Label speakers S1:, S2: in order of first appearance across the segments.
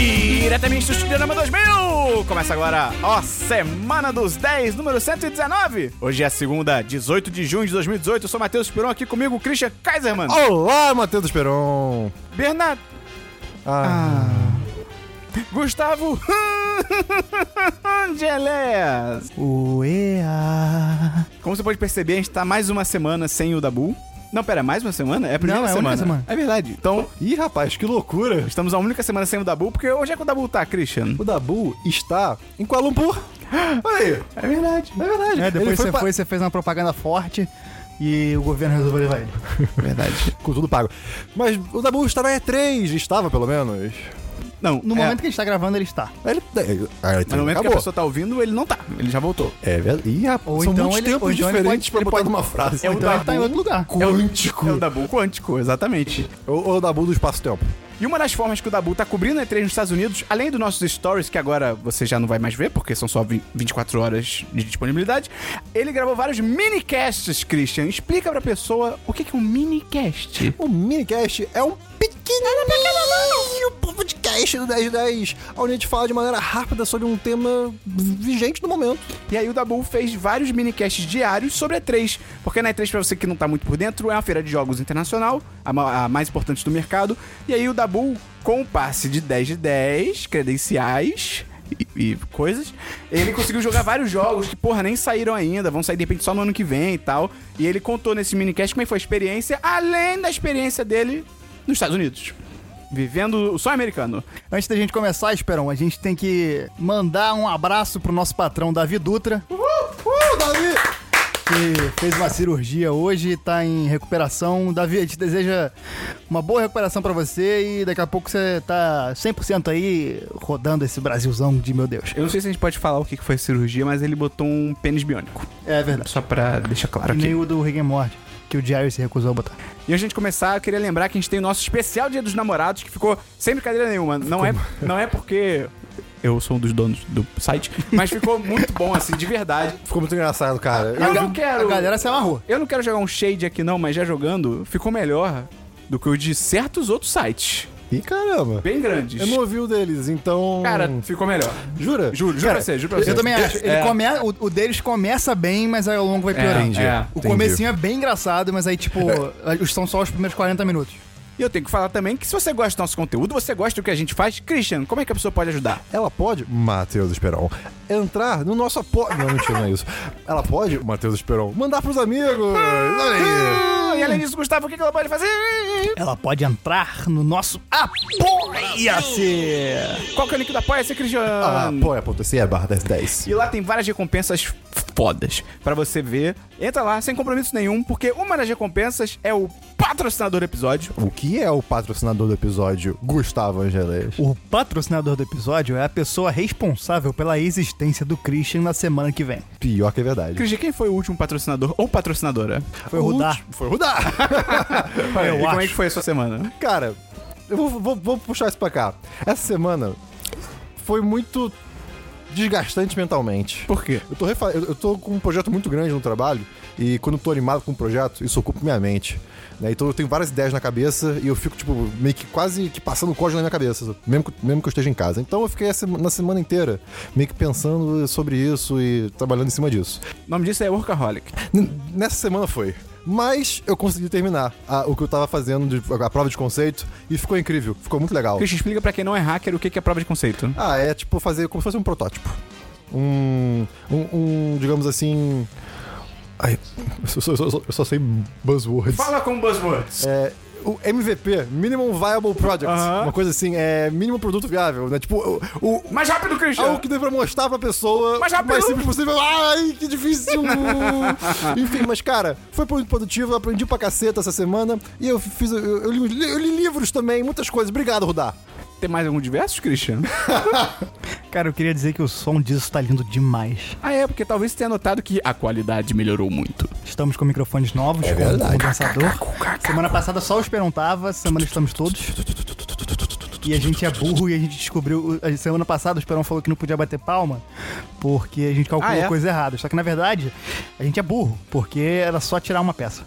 S1: Planeta Mixtos Dinama 2000! Começa agora, ó, Semana dos 10, número 119. Hoje é segunda, 18 de junho de 2018. Eu sou Matheus Esperon, aqui comigo, o Christian Kaiserman.
S2: Olá, Matheus Esperon!
S1: Bernardo.
S2: Ah,
S1: Gustavo. Angeles.
S3: Uea.
S1: Como você pode perceber, a gente tá mais uma semana sem o Dabu. Não, pera, mais uma semana? É a primeira
S3: Não, é a
S1: semana.
S3: única semana.
S1: É verdade. Então,
S2: Ih, rapaz, que loucura!
S1: estamos a única semana sem o Dabu, porque hoje é que o Dabu tá, Christian.
S2: O Dabu está em Kuala Lumpur! Olha aí! É verdade! É verdade!
S3: É,
S2: Ele
S3: depois você
S2: pa-
S3: foi, você fez uma propaganda forte e o governo resolveu levar ele.
S1: Verdade.
S2: Com tudo pago. Mas o Dabu está na E3, estava pelo menos.
S1: Não,
S3: No
S1: é,
S3: momento que a gente tá gravando, ele está.
S2: Ele... Ah,
S1: No momento
S2: acabou.
S1: que a pessoa tá ouvindo, ele não tá. Ele já voltou.
S2: É verdade. Ih, rapaz,
S3: Ou
S2: são
S3: então
S2: muitos
S3: ele- ou
S2: tempos
S3: então ele
S2: diferentes
S3: pode-
S2: pra
S3: ele
S2: botar
S3: pode-
S2: numa frase.
S1: É o
S3: Então ele tá em
S1: Dabu.
S3: outro lugar.
S2: quântico.
S1: É o Dabu quântico, exatamente.
S2: Ou ou o Dabu do espaço-tempo.
S1: E uma das formas que o Dabu tá cobrindo a E3 nos Estados Unidos, além dos nossos stories, que agora você já não vai mais ver, porque são só vi- 24 horas de disponibilidade, ele gravou vários minicasts, Christian. Explica pra pessoa o que que é um minicast.
S2: O minicast é um pequenininho podcast do 1010, onde a gente fala de maneira rápida sobre um tema vigente no momento.
S1: E aí o Dabu fez vários minicasts diários sobre a E3. Porque na E3, pra você que não tá muito por dentro, é uma feira de jogos internacional, a, ma- a mais importante do mercado. E aí o Dabu, com o passe de 10 de 10, credenciais... E, e coisas. Ele conseguiu jogar vários jogos que, porra, nem saíram ainda, vão sair de repente só no ano que vem e tal. E ele contou nesse minicast como é que foi a experiência, além da experiência dele nos Estados Unidos. Vivendo o sonho americano.
S3: Antes da gente começar, Esperão, a gente tem que mandar um abraço pro nosso patrão, Davi Dutra,
S2: Uh, Davi!
S3: que fez uma cirurgia hoje e tá em recuperação. Davi, a gente deseja uma boa recuperação pra você e daqui a pouco você tá 100% aí rodando esse Brasilzão de meu Deus.
S1: Eu não sei se a gente pode falar o que que foi a cirurgia, mas ele botou um pênis biônico.
S3: É verdade.
S1: Só pra deixar claro
S3: Que
S1: Tá aqui.
S3: nem o do Rick and Morty, que o Jerry se recusou a botar.
S1: E antes de começar, eu queria lembrar que a gente tem o nosso especial Dia dos Namorados, que ficou sem brincadeira nenhuma. Não é, não é porque eu sou um dos donos do site, mas ficou muito bom, assim, de verdade.
S2: Ficou muito engraçado, cara.
S1: Eu
S2: Eu-
S1: não
S3: A
S1: quero.
S3: galera se amarrou.
S1: Eu não quero jogar um shade aqui, não, mas já jogando, ficou melhor do que o de certos outros sites.
S2: Ih, caramba.
S1: Bem grandes.
S2: Eu não ouvi o deles, então.
S1: Cara, ficou melhor.
S2: jura?
S1: Juro, juro pra você, juro pra você.
S3: Eu também acho. Ele
S1: É.
S3: come- o, o deles começa bem, mas aí ao longo vai piorando.
S1: entendi. É,
S3: o
S2: entendi.
S3: comecinho é bem engraçado, mas aí, tipo, os- são só os primeiros 40 minutos.
S1: E eu tenho que falar também que se você gosta do nosso conteúdo, você gosta do que a gente faz, Christian, como é que a pessoa pode ajudar?
S2: Ela pode, Matheus Esperon, entrar no nosso apoio. Não, mentira, não é isso. Ela pode, Matheus Esperon, mandar pros amigos.
S3: É.
S2: Olha aí.
S1: Ah, E além disso, Gustavo, o que que ela pode fazer?
S3: Ela pode entrar no nosso Apoia-se!
S1: Qual que é o link do Apoia-se, Cristiano?
S2: Ah, Apoia.se barra 1010.
S1: Ah. E lá tem várias recompensas fodas pra você ver. Entra lá, sem compromisso nenhum, porque uma das recompensas é o patrocinador do episódio.
S2: O que é o patrocinador do episódio, Gustavo Angeles?
S3: O patrocinador do episódio é a pessoa responsável pela existência do Christian na semana que vem.
S2: Pior que é verdade.
S1: Cris, quem foi o último patrocinador ou patrocinadora?
S3: Foi o Rudar.
S2: Foi rodar.
S1: e como é
S3: acho.
S1: que foi a sua semana?
S2: Cara, eu vou, vou- vou puxar isso pra cá. Essa semana foi muito desgastante mentalmente.
S1: Por quê?
S2: Eu tô, refa- eu eu tô com um projeto muito grande no trabalho e quando eu tô animado com um projeto, isso ocupa minha mente. né? Então eu tenho várias ideias na cabeça e eu fico, tipo, meio que quase que passando código na minha cabeça, mesmo que, mesmo que eu esteja em casa. Então eu fiquei a sema- na semana inteira meio que pensando sobre isso e trabalhando em cima disso.
S1: O nome disso é Workaholic.
S2: N- nessa semana foi. Mas eu consegui terminar a- o que eu tava fazendo, de- a prova de conceito, e ficou incrível, ficou muito legal.
S1: Cristian, explica pra quem não é hacker o que que é prova de conceito.
S2: Ah, é tipo fazer como se fosse um protótipo. Um. Um, um, digamos assim. Ai, eu só, eu só- eu só sei buzzwords.
S1: com buzzwords.
S2: É, o MVP, Minimum Viable Project.
S1: Aham.
S2: Uma coisa assim, é mínimo produto viável, né? Tipo, o, o,
S1: Mais rápido, Christian!
S2: algo que dê pra mostrar pra pessoa
S1: Mas
S2: o
S1: rápido.
S2: mais simples possível. Ai, que difícil! Enfim, mas cara, foi muito produtivo, aprendi pra caceta essa semana. E eu fiz. Eu, eu li, eu li livros também, muitas coisas. Obrigado, Rudá.
S1: Tem mais algum diversos, Christian?
S3: Cara, eu queria dizer que o som disso tá lindo demais.
S1: ah, é, porque talvez você tenha notado que a qualidade melhorou muito.
S3: Estamos com microfones novos, com
S2: verdade.
S3: um condensador. Semana passada só o Esperão tava, semana estamos todos. E a gente é burro e a gente descobriu. a Semana passada o Esperão falou que não podia bater palma porque a gente calculou
S1: Ah, é?
S3: coisa errada. Só que na verdade, a gente é burro, porque era só tirar uma peça.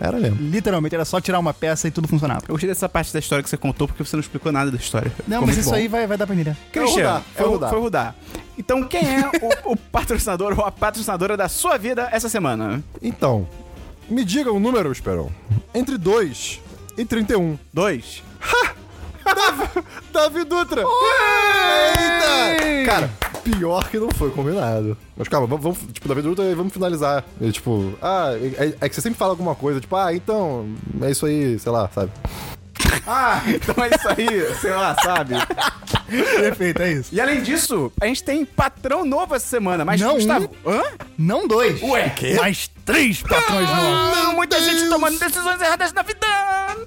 S2: Era mesmo.
S3: Literalmente, era só tirar uma peça e tudo funcionava.
S1: Eu gostei dessa parte da história que você contou, porque você não explicou nada da história.
S3: Não,
S1: Ficou
S3: mas
S1: muito
S3: isso
S1: bom.
S3: aí vai, vai dar pra entender.
S1: Cristiano,
S2: É
S1: foi
S2: o
S1: rodar.
S2: Rudá, é o Rudá.
S1: Foi rodar. Então, quem é o, o patrocinador ou a patrocinadora da sua vida essa semana?
S2: Então, me diga um número, Esperão. Entre 2 e 31.
S1: Dois.
S2: Davi Dutra! Eita! Cara, pior que não foi combinado. Mas calma, vamos, vamos- tipo, Davi Dutra, e vamos finalizar. E, tipo, ah, é, é que você sempre fala alguma coisa, tipo, ah, então, é isso aí, sei lá, sabe?
S1: Ah, então é isso aí, sei lá, sabe?
S3: Perfeito, é isso.
S1: E além disso, a gente tem patrão novo essa semana, mas
S3: Não, um,
S1: Gustavo. Hã?
S3: Não dois.
S1: Ué,
S3: Mas três patrões novos.
S1: Não, muita gente
S2: Deus.
S1: tomando decisões erradas na vida!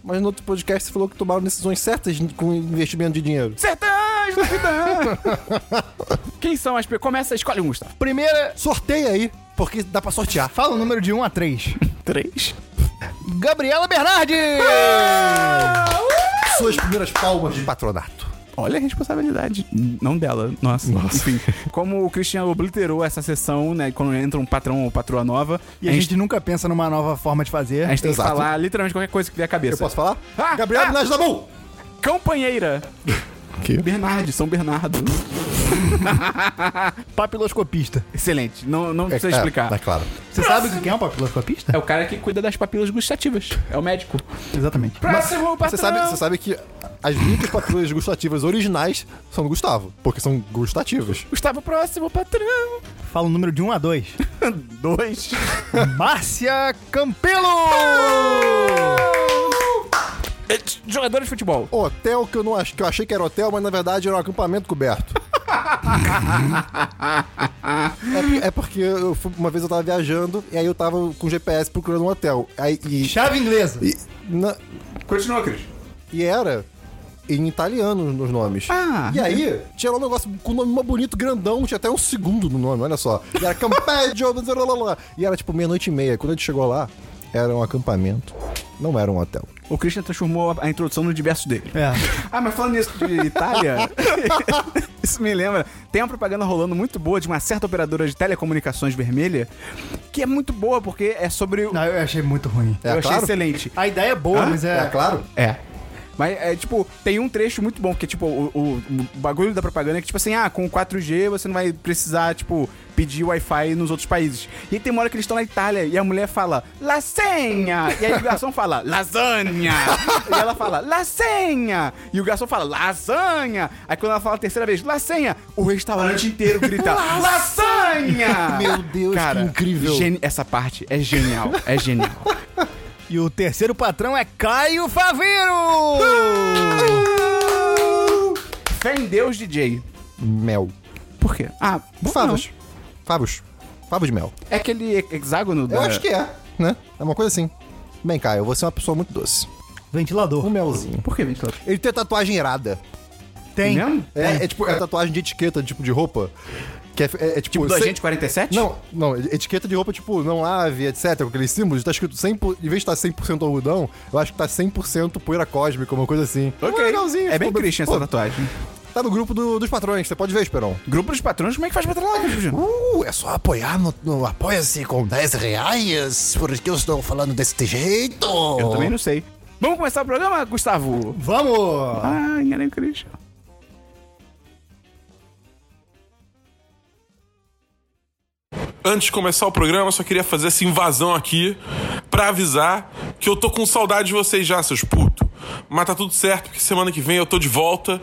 S2: Mas no outro podcast você falou que tomaram decisões certas com investimento de dinheiro.
S1: Certas na vida! Quem são as pessoas? Começa, escolhe um, Gustavo.
S3: Primeira,
S2: Sorteia aí, porque dá pra sortear.
S3: fala o número de um a três.
S1: Três.
S3: Gabriela Bernardi!
S1: Ah, uh!
S2: Suas primeiras palmas de patronato.
S1: Olha a responsabilidade. Não dela, nossa. Enfim, como o Cristiano obliterou essa sessão, né? Quando entra um patrão ou patroa nova,
S3: E a gente nunca pensa numa nova forma de fazer.
S1: a gente tem que
S2: Exato.
S1: falar literalmente qualquer coisa que vier à cabeça.
S2: Eu posso falar?
S1: Ah,
S2: Gabriel
S1: ah.
S2: Bernardo da Mão!
S1: Campanheira.
S2: Que?
S1: Bernardi, São Bernardo.
S3: Papiloscopista.
S1: Excelente. Não, não precisa explicar.
S2: É, tá claro.
S3: Você sabe o que é um papiloscopista?
S1: É o cara que cuida das papilas gustativas. É o médico.
S3: Exatamente.
S1: Próximo patrão.
S2: Você sabe, você sabe que as únicas patroas gustativas originais são do Gustavo, porque são gustativas.
S1: Gustavo, próximo patrão.
S3: Fala o número de um a dois.
S1: Dois.
S3: Márcia Campelo!
S1: Uh! Eh, Jogador de futebol.
S2: Hotel que eu não acho que eu achei que era hotel, mas na verdade era um acampamento coberto. é, porque- é porque eu fui- uma vez eu tava viajando e aí eu tava com o GPS procurando um hotel. Aí, e,
S3: Chave inglesa.
S2: e, na-
S1: Continua, Cris.
S2: e era em italiano nos nomes.
S1: Ah.
S2: e aí tinha lá um negócio com um nome mó bonito, grandão, tinha até um segundo no nome, olha só. E era Campeggio, blá, blá, blá, blá. e era tipo meia-noite e meia. Quando a gente chegou lá, era um acampamento, não era um hotel.
S1: O Christian transformou a- a introdução no diverso dele.
S3: É.
S1: Ah, mas falando nisso de Itália, isso me lembra. Tem uma propaganda rolando muito boa de uma certa operadora de telecomunicações vermelha, que é muito boa porque é sobre. o.
S3: Não, eu achei muito ruim.
S2: É,
S1: eu achei
S2: claro.
S1: excelente.
S3: A ideia é boa, mas
S2: é
S3: é.
S2: claro.
S1: É. Mas é tipo, tem um trecho muito bom, que é tipo, o, o- o bagulho da propaganda é que, tipo assim, ah, com 4G você não vai precisar, tipo, pedir Wi-Fi nos outros países. E aí tem uma hora que eles estão na Itália e a mulher fala, lasanha! E aí o garçom fala, lasanha! e ela fala, lasanha! E o garçom fala, lasanha! Aí quando ela fala a terceira vez, lasanha, o restaurante inteiro grita, lasanha!
S2: Meu Deus, que incrível.
S1: geni- Essa parte é genial, é genial.
S3: E o terceiro patrão é Caio Faveiro!
S1: Fé em Deus, DJ.
S2: Mel.
S1: Por quê? Ah, bom,
S2: Favos.
S1: não.
S2: Favos. Favos de mel.
S1: É aquele hexágono da...
S2: Eu acho que é, né? É uma coisa assim. Bem, Caio, você é uma pessoa muito doce. Um
S3: Ventilador.
S2: melzinho.
S1: Por que ventilador?
S2: Ele tem tatuagem irada.
S3: Tem.
S1: Mesmo?
S2: É, é tipo, é tatuagem de etiqueta, tipo, de roupa. Que é, é- é tipo...
S1: Do
S2: cem-
S1: Agente 47?
S2: Não, não, etiqueta de roupa, tipo, não ave, etc, com aqueles símbolos, tá escrito 100%, por- em vez de estar 100% algodão, eu acho que tá 100% poeira cósmica, uma coisa assim.
S1: Ok.
S2: É legalzinho.
S1: É bem
S2: ficou-
S1: Christian
S2: Pô,
S1: essa tatuagem.
S2: Tá no grupo do- dos patrões, você pode ver, Esperão.
S1: Grupo dos patrões, como é que faz pra tatuagem, Júlio?
S2: Uh, é só apoiar no, no Apoia-se com 10 reais, porque eu estou falando desse jeito.
S1: Eu também não sei. Vamos começar o programa, Gustavo?
S3: Vamos!
S1: Ah, enganei o Christian.
S4: Antes de começar o programa, eu só queria fazer essa invasão aqui pra avisar que eu tô com saudade de vocês já, seus putos. Mas tá tudo certo, porque semana que vem eu tô de volta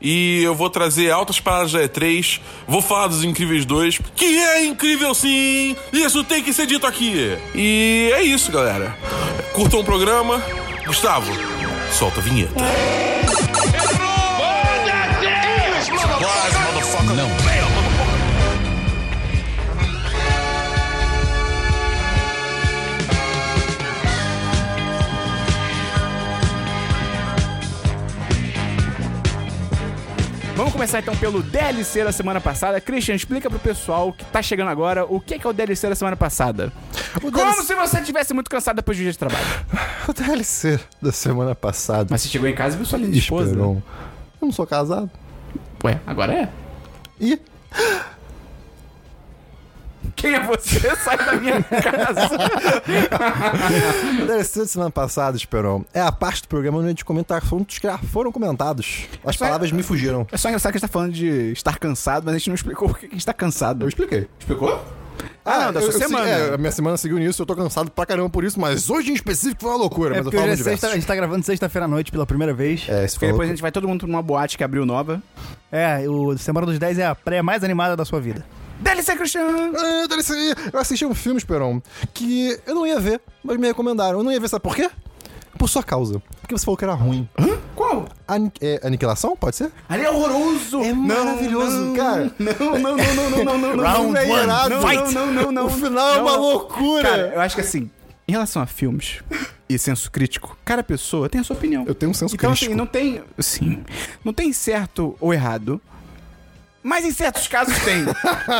S4: e eu vou trazer altas paradas da E3, vou falar dos Incríveis 2, que é incrível sim! Isso tem que ser dito aqui! E é isso, galera. Curtam o programa. Gustavo, solta a vinheta.
S1: Vamos começar então pelo DLC da semana passada. Christian, explica pro pessoal que tá chegando agora o que é, que é o DLC da semana passada.
S2: O
S1: Como
S2: DLC,
S1: se você tivesse muito cansado depois do dia de trabalho.
S2: o DLC da semana passada.
S1: Mas você chegou em casa e viu sua linda esposa.
S2: Esperão. Eu não sou casado.
S1: Ué, agora é?
S2: E
S1: Que? quem é você? Sai da minha casa.
S2: Interessante semana passada, Esperon. É a parte do programa onde a gente comenta assuntos que já foram comentados. As palavras me fugiram.
S1: É só engraçado que a gente tá falando de estar cansado, mas a gente não explicou por que a gente tá cansado.
S2: Eu expliquei.
S4: Explicou?
S1: Ah, não, da sua
S2: eu- eu-
S1: semana.
S2: é, a minha semana seguiu nisso, eu tô cansado pra caramba por isso, mas hoje em específico foi uma loucura,
S3: É
S2: mas eu
S3: porque
S2: falo
S3: hoje é
S2: no diverso.
S3: sexta, a gente tá gravando sexta-feira à noite pela primeira vez.
S2: É, isso
S1: Porque depois a
S2: foi loucura.
S1: gente vai todo mundo pra uma boate que abriu nova.
S3: É, o Semana dos 10 é a pré mais animada da sua vida.
S1: DLC Christian!
S2: Ah, dá licença aí. Eu assisti um filme, Esperon, que eu não ia ver, mas me recomendaram. Eu não ia ver, sabe por quê? Por sua causa. Porque você falou que era ruim.
S1: Qual?
S2: Ani- é, aniquilação? Pode ser?
S1: Ali é horroroso!
S2: É maravilhoso, cara.
S1: Não, não, não, não, não, não, não, não.
S3: Round
S1: não,
S3: one,
S1: não, não,
S3: fight.
S1: Não, não, não, não.
S2: O final é
S1: Não,
S2: uma
S1: não.
S2: loucura.
S1: Cara, eu acho que assim, em relação a filmes e senso crítico, cada pessoa tem a sua opinião.
S2: Eu tenho um senso
S1: Então,
S2: crítico.
S1: assim, não tem. Sim. Não tem certo ou errado. Mas em certos casos tem.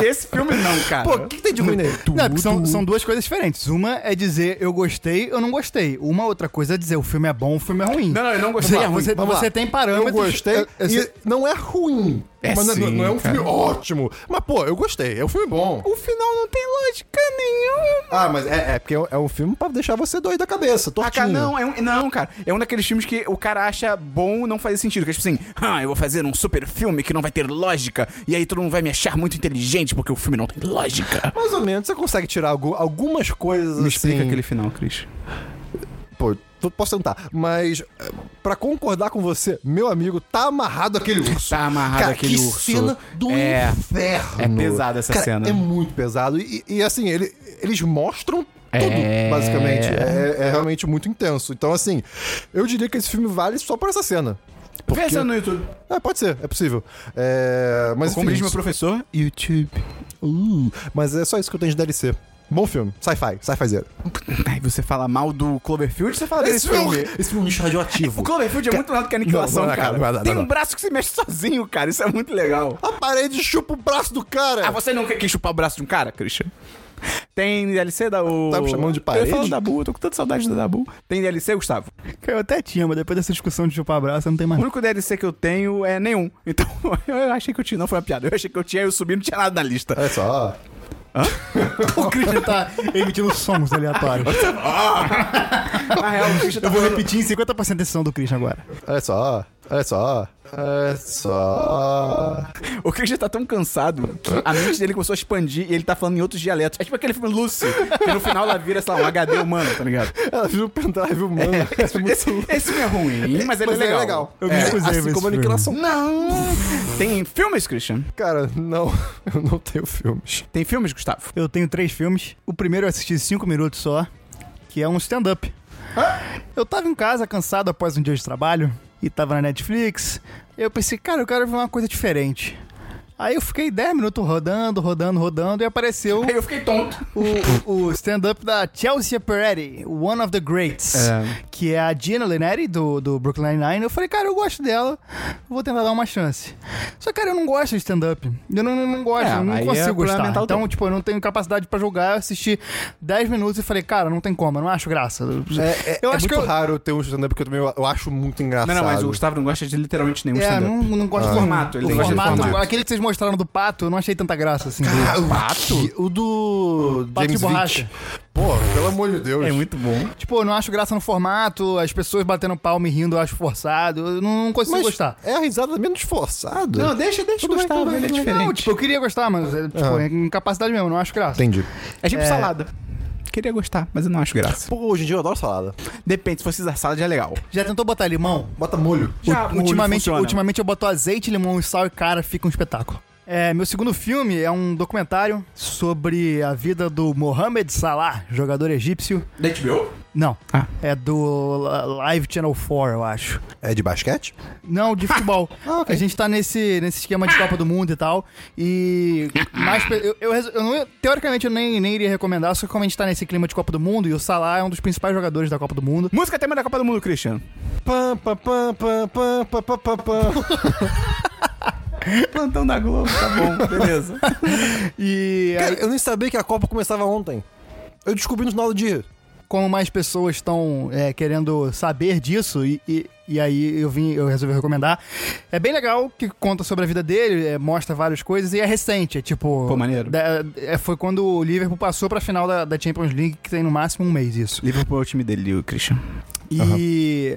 S1: Esse filme não, cara.
S2: Pô, o que, que tem de ruim nele?
S3: Não, é porque são,
S2: Tudo.
S3: são duas coisas diferentes. Uma é dizer eu gostei, eu não gostei. Uma outra coisa é dizer o filme é bom, o filme é ruim.
S1: Não, não, eu não
S3: Você,
S1: gostei. é ruim.
S3: você,
S2: Vamos lá.
S3: você tem parâmetros.
S2: Eu gostei.
S3: É, é,
S2: e não é ruim.
S1: É
S2: mas não é-
S1: sim,
S2: não é um filme
S1: cara. Uh.
S2: ótimo. Mas, pô, eu gostei. É um filme bom.
S1: O final não tem lógica nenhuma.
S2: Ah, mas é, é porque é um- é um filme pra deixar você doido da cabeça,
S1: Ah, cara,
S2: tortinho.
S1: não, é um, não, cara. É um daqueles filmes que o cara acha bom não fazer sentido. Que é tipo assim, ah, eu vou fazer um super filme que não vai ter lógica. E aí todo mundo vai me achar muito inteligente porque o filme não tem lógica.
S2: Mais ou menos, você consegue tirar algu- algumas coisas
S1: Me
S2: assim.
S1: explica aquele final, Cris.
S2: Pô, eu posso tentar. Mas, é, pra concordar com você, meu amigo, tá amarrado aquele urso.
S1: Tá amarrado
S2: Cara,
S1: aquele
S2: que
S1: urso.
S2: cena do
S1: É.
S2: inferno.
S1: É pesada essa
S2: Cara,
S1: cena.
S2: É muito pesado. E, e, assim, ele- eles mostram tudo,
S1: É.
S2: basicamente. É, é realmente muito intenso. Então, assim, eu diria que esse filme vale só por essa cena. Porque-
S1: Pensa no YouTube.
S2: É, pode ser, é possível. É, mas,
S1: Como diz
S2: enfim,
S1: meu professor, YouTube.
S2: uh, mas é só isso que eu tenho de DLC. Bom filme, sci-fi, sci-fi zero.
S1: Aí você fala mal do Cloverfield, você fala desse filme.
S2: esse filme é um lixo radioativo.
S1: O Cloverfield é muito mais do que a aniquilação,
S2: Não, não, não,
S1: cara.
S2: não, não, não, não.
S1: Tem um braço que se mexe sozinho, cara. Isso é muito legal.
S2: A parede chupa o braço do cara.
S1: Ah, você nunca quis chupar o braço de um cara, Christian? Tem DLC da... O...
S2: Tá me chamando de
S1: Eu
S2: parede?
S1: ia falar do Dabu, eu tô com tanta saudade do Dabu. Tem DLC, Gustavo?
S3: Eu até tinha, mas depois dessa discussão de chupar abraço, não tem
S1: O
S3: mais.
S1: único DLC que eu tenho é nenhum. Então, eu achei que eu tinha. Não foi uma piada. Eu achei que eu tinha, eu subi, não tinha nada na lista.
S2: Olha só.
S3: o Christian tá emitindo sons aleatórios.
S1: Na real, o Christian tá
S3: Eu vou
S1: falando-
S3: repetir em 50% da edição do Christian agora.
S2: Olha só. Olha só. Olha só.
S1: O Christian tá tão cansado que a mente dele começou a expandir e ele tá falando em outros dialetos. É tipo aquele filme Lucy, que no final ela vira, sei lá, um HD humano, tá ligado?
S2: Ela viu o pendrive humano.
S1: Esse, esse, esse filme é ruim, mas ele é legal.
S2: Eu
S3: Eu
S2: me
S3: me recusei a ver
S2: assim
S3: esse
S2: como a
S3: filme.
S2: aniquilação.
S1: Não! Tem filmes, Christian?
S2: Cara, não. Eu não tenho filmes.
S1: Tem filmes, Gustavo?
S3: Eu tenho três filmes. O primeiro eu assisti cinco minutos só, que é um stand-up. Eu tava em casa, cansado após um dia de trabalho, e tava na Netflix. Eu pensei, cara, eu quero ver uma coisa diferente. Aí eu fiquei 10 minutos rodando, rodando, rodando, e apareceu
S1: eu fiquei tonto.
S3: o, o stand-up da Chelsea Peretti, One of the Greats,
S1: É.
S3: que é a Gina Linetti do, do Brooklyn Nine-Nine. Eu falei, cara, eu gosto dela, vou tentar dar uma chance. Só que, cara, eu não gosto de stand-up. Eu não, não, não gosto,
S1: É,
S3: eu não
S1: aí é
S3: consigo
S1: problema
S3: gostar.
S1: mental
S3: Então,
S1: teu.
S3: tipo, eu não tenho capacidade pra julgar. Eu assisti 10 minutos e falei, cara, não tem como, eu não acho graça. Eu-
S2: É, é,
S3: eu
S2: é
S3: acho
S2: muito
S3: que eu,
S2: raro ter um stand-up que eu também eu, eu acho muito engraçado.
S1: Não, não, mas o Gustavo não gosta de literalmente nenhum
S3: é,
S1: stand-up.
S3: não, não gosto do
S1: Formato, ele
S3: do
S1: não gosta do
S3: formato.
S1: formato.
S3: Aquele que vocês mostraram do pato, eu não achei tanta graça assim.
S2: Ah, o
S1: Pato?
S2: que- O do
S3: Pato
S2: James
S3: de borracha.
S2: Vick. Pô, pelo amor de Deus.
S1: É muito bom.
S3: Tipo, eu não acho graça no formato, as pessoas batendo palma e rindo, eu acho forçado. Eu não, não consigo
S2: Mas
S3: gostar.
S2: é a risada menos forçada.
S1: deixa, deixa
S2: Tudo bem, tudo bem,
S1: ele é
S2: tudo bem.
S1: diferente.
S3: Não, tipo, eu queria gostar, mas é, tipo,
S2: Ah.
S3: é incapacidade mesmo, não acho graça.
S2: Entendi.
S1: É tipo salada. Queria gostar, mas eu não acho graça.
S2: Pô, hoje em dia eu adoro salada.
S1: Depende, se fosse da salada já é legal.
S3: Já tentou botar limão?
S2: Bota molho.
S1: Já,
S3: U- ultimamente,
S1: funciona.
S3: ultimamente eu boto azeite, limão e sal e cara, fica um espetáculo. É, meu segundo filme é um documentário sobre a vida do Mohamed Salah, jogador egípcio.
S1: Da HBO?
S3: Não,
S1: Ah.
S3: é do Li- Live Channel 4, eu acho.
S2: É de basquete?
S3: Não, de futebol.
S2: Ah, ok.
S3: A gente tá nesse, nesse esquema de Copa do Mundo e tal. E. Mais, pe- eu, eu reso- eu não ia- teoricamente eu nem, nem iria recomendar, só que como a gente tá nesse clima de Copa do Mundo e o Salah é um dos principais jogadores da Copa do Mundo.
S1: Música tema da Copa do Mundo, Christian.
S2: Pam, pam, pam, pam, pam, pam, pam, pam, pam.
S1: Plantão da Globo, tá bom, beleza.
S3: E.
S2: Cara, eu nem sabia que a Copa começava ontem. Eu descobri no final do dia.
S3: como mais pessoas estão é, querendo saber disso, e, e, e aí eu vim, eu resolvi recomendar. É bem legal que conta sobre a vida dele, é, mostra várias coisas e é recente, é tipo.
S1: Pô, maneiro.
S3: da- é, foi quando o Liverpool passou pra final da, da Champions League, que tem no máximo um mês isso.
S1: Liverpool é o time dele, o Christian.
S3: E,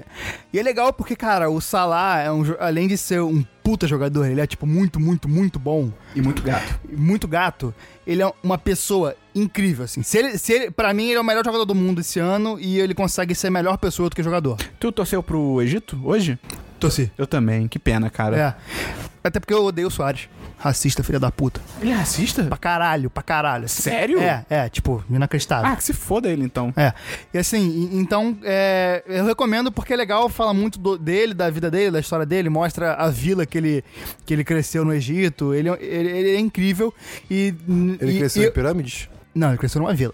S3: e é legal porque, cara, o Salah, é um, jo- além de ser um puta jogador, ele é, tipo, muito, muito, muito bom,
S1: E muito gato.
S3: muito gato. Ele é uma pessoa incrível, assim. Se ele, se ele, pra mim, ele é o melhor jogador do mundo esse ano e ele consegue ser melhor pessoa do que jogador.
S1: Tu torceu pro Egito hoje?
S3: Torci.
S1: Eu também, que pena, cara.
S3: É. Até porque eu odeio o Soares. Racista, filha da puta.
S1: Ele é racista?
S3: Pra caralho, pra caralho. assim.
S1: Sério?
S3: É, é, tipo, inacreditável.
S1: Ah, que se foda ele então.
S3: É. E assim, e- então, é, eu recomendo porque é legal, fala muito do- dele, da vida dele, da história dele, mostra a vila que ele, que ele cresceu no Egito. Ele, ele, ele é incrível. E,
S2: Ele
S3: e-
S2: cresceu
S3: e-
S2: em pirâmides?
S3: Não, ele cresceu numa vila.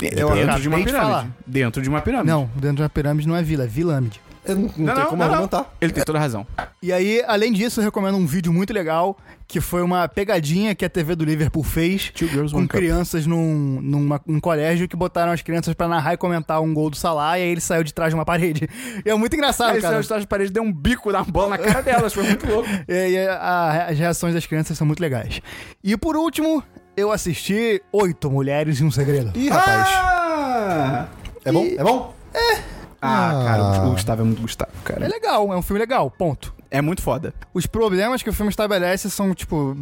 S1: Eu
S3: acabei
S1: É dentro de uma
S3: de
S1: pirâmide.
S3: falar.
S1: Dentro de uma pirâmide.
S3: Não, dentro de uma pirâmide não é vila, é vilâmide.
S2: Eu não, não
S1: Não,
S2: tem
S1: não,
S2: como
S1: não, não.
S2: argumentar.
S1: Ele tem toda a razão.
S3: E aí, além disso, eu recomendo um vídeo muito legal, que foi uma pegadinha que a TV do Liverpool fez
S1: Two girls,
S3: com
S1: one cup.
S3: crianças num, numa- num colégio que botaram as crianças pra narrar e comentar um gol do Salah e aí ele saiu de trás de uma parede. E é muito engraçado,
S1: Aí
S3: cara.
S1: saiu de trás de parede deu um bico da bola na cara delas, foi muito louco.
S3: É, e a- as reações das crianças são muito legais. E por último, eu assisti Oito Mulheres e um Segredo.
S2: Ih, rapaz.
S1: Ah,
S2: É bom? É bom?
S1: cara, o Gustavo é muito Gustavo,
S3: É
S1: cara.
S3: legal, é um filme legal, ponto.
S1: É muito foda.
S3: Os problemas que o filme estabelece são, tipo.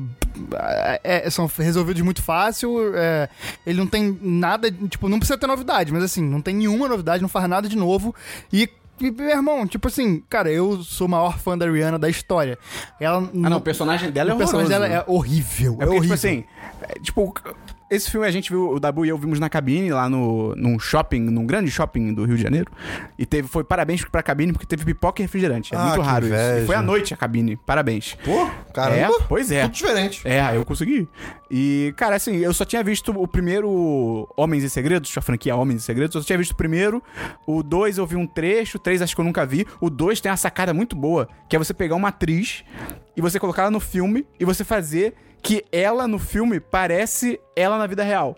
S3: é- é- são resolvidos muito fácil. é, ele não tem nada. Tipo, não precisa ter novidade, mas assim, não tem nenhuma novidade, não faz nada de novo. E. e, meu irmão, tipo assim, cara, eu sou o maior fã da Rihanna da história. Ela
S1: Ah, não, o personagem dela é
S3: o personagem
S1: horroroso.
S3: dela é horrível.
S1: É porque,
S3: É,
S1: tipo
S3: horrível.
S1: assim, é, tipo, esse filme a gente viu, o Dabu e eu vimos na cabine lá no, num shopping, num grande shopping do Rio de Janeiro. E teve, foi parabéns pra cabine porque teve pipoca e refrigerante. É
S2: Ah,
S1: muito
S2: que
S1: raro isso. E
S2: inveja.
S1: foi à noite a cabine, parabéns.
S2: Pô,
S1: É,
S2: caramba.
S1: pois é.
S2: Tudo diferente.
S1: É, eu consegui. E, cara, assim, eu só tinha visto o primeiro Homens e Segredos, a franquia Homens e Segredos, eu só tinha visto o primeiro. O dois eu vi um trecho, o três acho que eu nunca vi. O dois tem uma sacada muito boa, que é você pegar uma atriz e você colocar ela no filme e você fazer que ela no filme parece ela na vida real.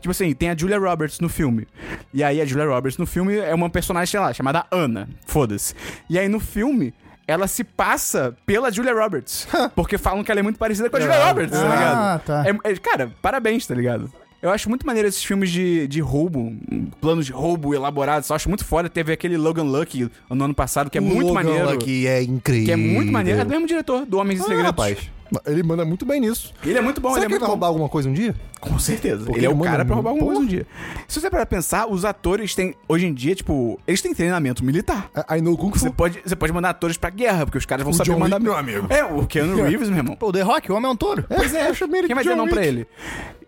S1: Tipo assim, tem a Julia Roberts no filme. E aí a Julia Roberts no filme é uma personagem, sei lá, chamada Ana. Foda-se. E aí no filme ela se passa pela Julia Roberts. porque falam que ela é muito parecida com a Julia Roberts, tá
S3: Ah,
S1: ligado?
S3: tá.
S1: É- é- cara, parabéns, tá ligado? Eu acho muito maneiro esses filmes de, de roubo, planos de roubo elaborados. Eu acho muito foda. Teve aquele Logan Lucky no ano passado, que é muito maneiro.
S2: Que é incrível.
S1: Que é muito maneiro. É do mesmo diretor do Homens e
S2: Ah,
S1: Segredos.
S2: rapaz. Ele manda muito bem nisso.
S1: Ele é muito bom,
S2: Será
S1: ele é
S2: que ele
S1: muito
S2: vai
S1: bom.
S2: roubar alguma coisa um dia?
S1: Com certeza.
S2: Porque
S1: ele é o
S2: ele manda
S1: cara pra roubar alguma
S2: muito.
S1: coisa um dia. Se você parar pra pensar, os atores têm, hoje em dia, tipo, eles têm treinamento militar.
S2: I I know Kung
S1: Você
S2: Fu.
S1: pode, você pode mandar atores pra guerra, porque os caras vão saber
S2: John
S1: mandar.
S2: Wick, meu amigo.
S1: É, o Keanu Reeves, meu irmão.
S3: Pô, o The Rock, o homem é um touro.
S1: Pois é,
S2: eu chamei ele
S1: Quem
S2: de
S1: vai dizer
S2: John
S1: não pra
S2: Wick.
S1: ele?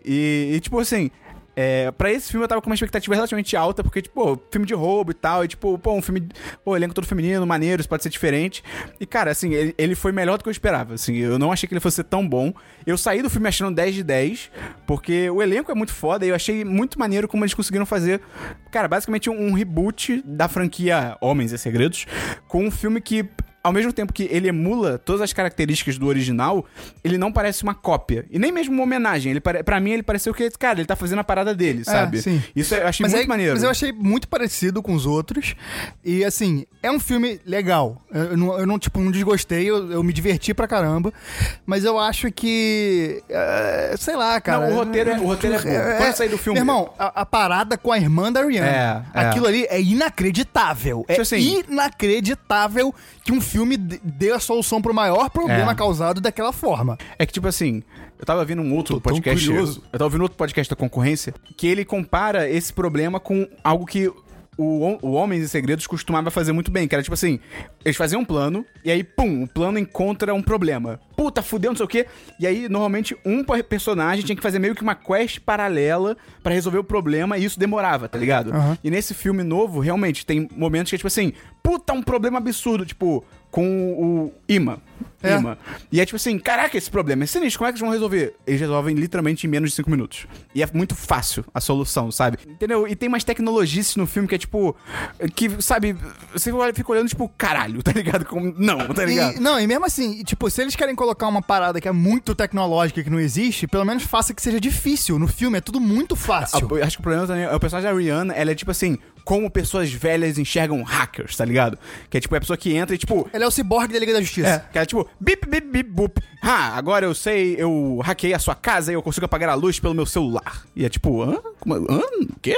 S1: E, e, tipo assim. É, pra esse filme eu tava com uma expectativa relativamente alta, porque, tipo, pô, filme de roubo e tal, e tipo, pô, um filme. Pô, elenco todo feminino, maneiro, isso pode ser diferente. E, cara, assim, ele, ele foi melhor do que eu esperava. Assim, eu não achei que ele fosse ser tão bom. Eu saí do filme achando 10 de 10, porque o elenco é muito foda e eu achei muito maneiro como eles conseguiram fazer, cara, basicamente um, um reboot da franquia Homens e Segredos, com um filme que ao mesmo tempo que ele emula todas as características do original, ele não parece uma cópia. E nem mesmo uma homenagem. Ele pare... Pra mim, ele pareceu que, cara, ele tá fazendo a parada dele, sabe?
S3: É, sim.
S1: Isso eu achei
S3: mas
S1: muito
S3: aí-
S1: maneiro.
S3: Mas eu achei muito parecido com os outros. E assim, é um filme legal. Eu, eu não, eu não, tipo, não desgostei, eu, eu me diverti pra caramba. Mas eu acho que. eh, sei lá, cara.
S1: Não, o roteiro é- o roteiro é bom. Quando sair do filme-
S3: Meu irmão, a, a parada com a irmã da Rihanna.
S1: É, é.
S3: Aquilo ali é inacreditável. É
S1: Tipo assim-
S3: inacreditável que um filme d- dê a solução pro maior problema
S1: É.
S3: causado daquela forma.
S1: É que, tipo assim, eu tava ouvindo um outro
S2: tão
S1: podcast.
S2: curioso.
S1: Eu tava ouvindo outro podcast da concorrência que ele compara esse problema com algo que. O, Hom- o Homens e Segredos costumava fazer muito bem, que era tipo assim: eles faziam um plano, e aí, pum, o plano encontra um problema. Puta, fudeu, não sei o quê. E aí, normalmente, um per- personagem tinha que fazer meio que uma quest paralela pra resolver o problema, e isso demorava, tá ligado? E nesse filme novo, realmente, tem momentos que é tipo assim: puta, um problema absurdo. Tipo, com o imã.
S3: É.
S1: Imã. E é tipo assim, caraca, esse problema é sinistro, como é que eles vão resolver? Eles resolvem literalmente em menos de 5 minutos. E é muito fácil a solução, sabe? Entendeu? E tem umas tecnologias no filme que é tipo. Que, sabe, você olha- fica olhando, tipo, caralho, tá ligado? Como, não, tá ligado?
S3: E- não, e mesmo assim, e, tipo, se eles querem colocar uma parada que é muito tecnológica e que não existe, pelo menos faça que seja difícil. No filme é tudo muito
S1: Ah,
S3: fácil.
S1: eu acho que o problema também é o personagem da Rihanna, ela é tipo assim, como pessoas velhas enxergam hackers, tá ligado? Que é tipo, é a pessoa que entra e tipo,
S3: Ele é o ciborgue da Liga da
S1: É.
S3: Justiça.
S1: Que era tipo, bip, bip, bip, bup. Ah, agora eu sei, eu hackei a sua casa e eu consigo apagar a luz pelo meu celular. E é tipo, hã? Como, hã? O quê?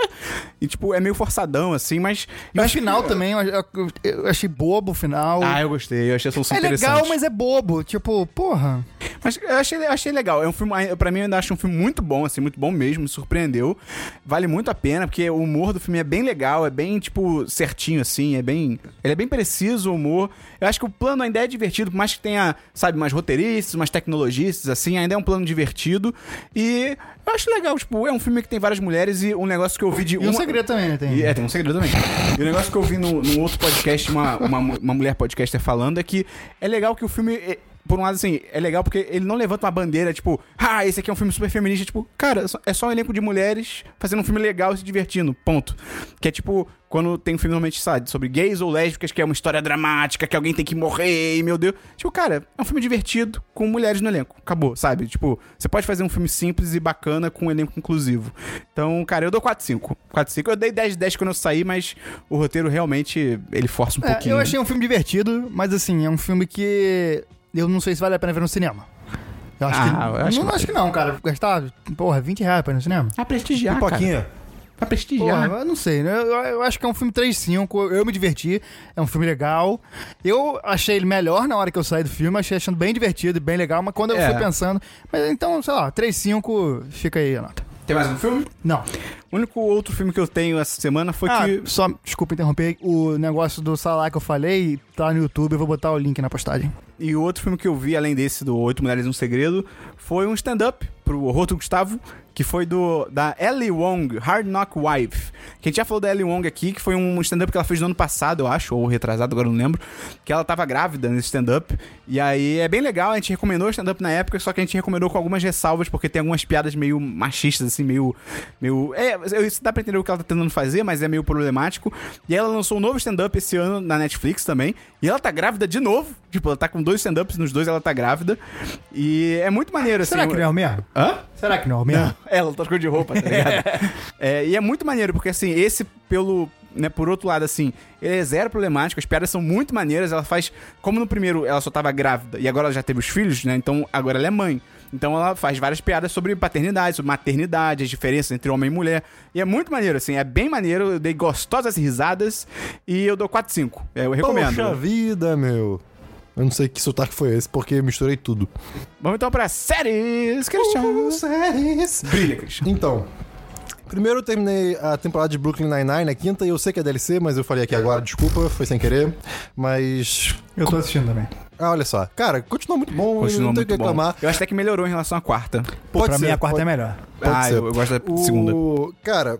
S1: E tipo, é meio forçadão, assim, mas...
S3: E o
S1: mas-
S3: final também, eu, eu- eu achei bobo o final.
S1: Ah, eu gostei, eu achei a solução
S3: é
S1: interessante.
S3: legal, mas é bobo. Tipo, porra.
S1: Mas eu achei, eu achei legal. É um filme, ah, pra mim, eu ainda acho um filme muito bom, assim, muito bom mesmo, me surpreendeu. Vale muito a pena, porque o humor do filme é bem legal, é bem, tipo, certinho, assim, é bem. Ele é bem preciso, o humor. Eu acho que o plano ainda é divertido, por mais que tenha, sabe, mais roteiristas, mais tecnologistas, assim, ainda é um plano divertido. E eu acho legal, tipo, é um filme que tem várias mulheres e um negócio que eu vi de
S3: E um segredo também, né? Tem.
S1: e, é, tem um segredo também. E o negócio que eu vi num, num outro podcast, uma, uma, uma mulher podcaster falando, é que é legal que o filme. é, por um lado, assim, é legal porque ele não levanta uma bandeira, tipo, ah, esse aqui é um filme super feminista. Tipo, cara, é só- é só um elenco de mulheres fazendo um filme legal e se divertindo. Ponto. Que é tipo, quando tem um filme normalmente, sabe, sobre gays ou lésbicas, que é uma história dramática, que alguém tem que morrer, e meu Deus. Tipo, cara, é um filme divertido com mulheres no elenco. Acabou, sabe? Tipo, você pode fazer um filme simples e bacana com um elenco inclusivo. Então, cara, eu dou 4-5. 4-5. Eu dei 10 10 quando eu saí, mas o roteiro realmente ele força um
S3: É,
S1: pouquinho.
S3: eu achei um filme divertido, mas assim, é um filme que eu não sei se vale a pena ver no cinema. Eu acho
S1: Ah,
S3: que,
S1: eu acho
S3: não,
S1: que
S3: acho que não, cara. Gastar, porra, 20 reais pra ir no cinema?
S1: Pra prestigiar, cara.
S2: Pipoquinha.
S1: Pra
S3: Porra,
S1: prestigiar.
S3: eu não sei, né? Eu, eu acho que é um filme 3.5, eu me diverti, é um filme legal. Eu achei ele melhor na hora que eu saí do filme, achei achando bem divertido e bem legal, mas quando eu
S1: É.
S3: fui pensando. Mas então, sei lá, 3.5, fica aí a nota.
S1: Tem mais um filme?
S3: Não.
S1: O único outro filme que eu tenho essa semana foi
S3: Ah,
S1: que.
S3: só, desculpa interromper, o negócio do salário que eu falei tá no YouTube, eu vou botar o link na postagem.
S1: E o outro filme que eu vi, além desse, do Oito Mulheres e um Segredo, foi um stand-up pro horror do Gustavo, que foi do da Ellie Wong, Hard Knock Wife. Que a gente já falou da Ellie Wong aqui, que foi um stand-up que ela fez no ano passado, eu acho, ou retrasado, agora eu não lembro, que ela tava grávida nesse stand-up. E aí é bem legal, a gente recomendou o stand-up na época, só que a gente recomendou com algumas ressalvas, porque tem algumas piadas meio machistas, assim, meio. meio é, eu- isso dá pra entender o que ela tá tentando fazer, mas é meio problemático. E ela lançou um novo stand-up esse ano na Netflix também. E ela tá grávida de novo. Tipo, ela tá com dois stand-ups, nos dois ela tá grávida. E é muito maneiro,
S3: Será
S1: assim.
S3: que não é o mesmo?
S1: Hã?
S3: Será que não é o mesmo?
S1: Ela trocou de roupa, tá ligado? É, e é muito maneiro, porque assim, esse pelo. Né, por outro lado, assim, ele é zero problemático, as piadas são muito maneiras, ela faz. Como no primeiro ela só tava grávida e agora ela já teve os filhos, né? Então agora ela é mãe. Então ela faz várias piadas sobre paternidade, sobre maternidade, as diferenças entre homem e mulher. E é muito maneiro, assim, é bem maneiro. Eu dei gostosas risadas e eu dou 4-5. É, eu recomendo.
S2: Poxa vida, meu. Eu não sei que sotaque foi esse, porque misturei tudo.
S1: Vamos então pra séries, Cristiano.
S2: Séries.
S1: Brilha, Cristiano.
S2: Então, primeiro eu terminei a temporada de Brooklyn Nine-Nine, a quinta, e eu sei que é DLC, mas eu falei aqui agora, desculpa, foi sem querer. Mas.
S3: Eu tô assistindo também.
S2: Ah, olha só. Cara, continua muito bom, eu
S1: Continua
S2: não tenho o que
S1: muito bom.
S2: reclamar.
S1: Eu acho até que melhorou em relação à quarta.
S3: Pô, pra
S2: ser,
S3: mim a quarta
S2: pode-
S3: é melhor.
S2: Pode
S1: ah,
S2: ser.
S1: eu, eu gosto da
S2: O-
S1: segunda.
S2: Cara,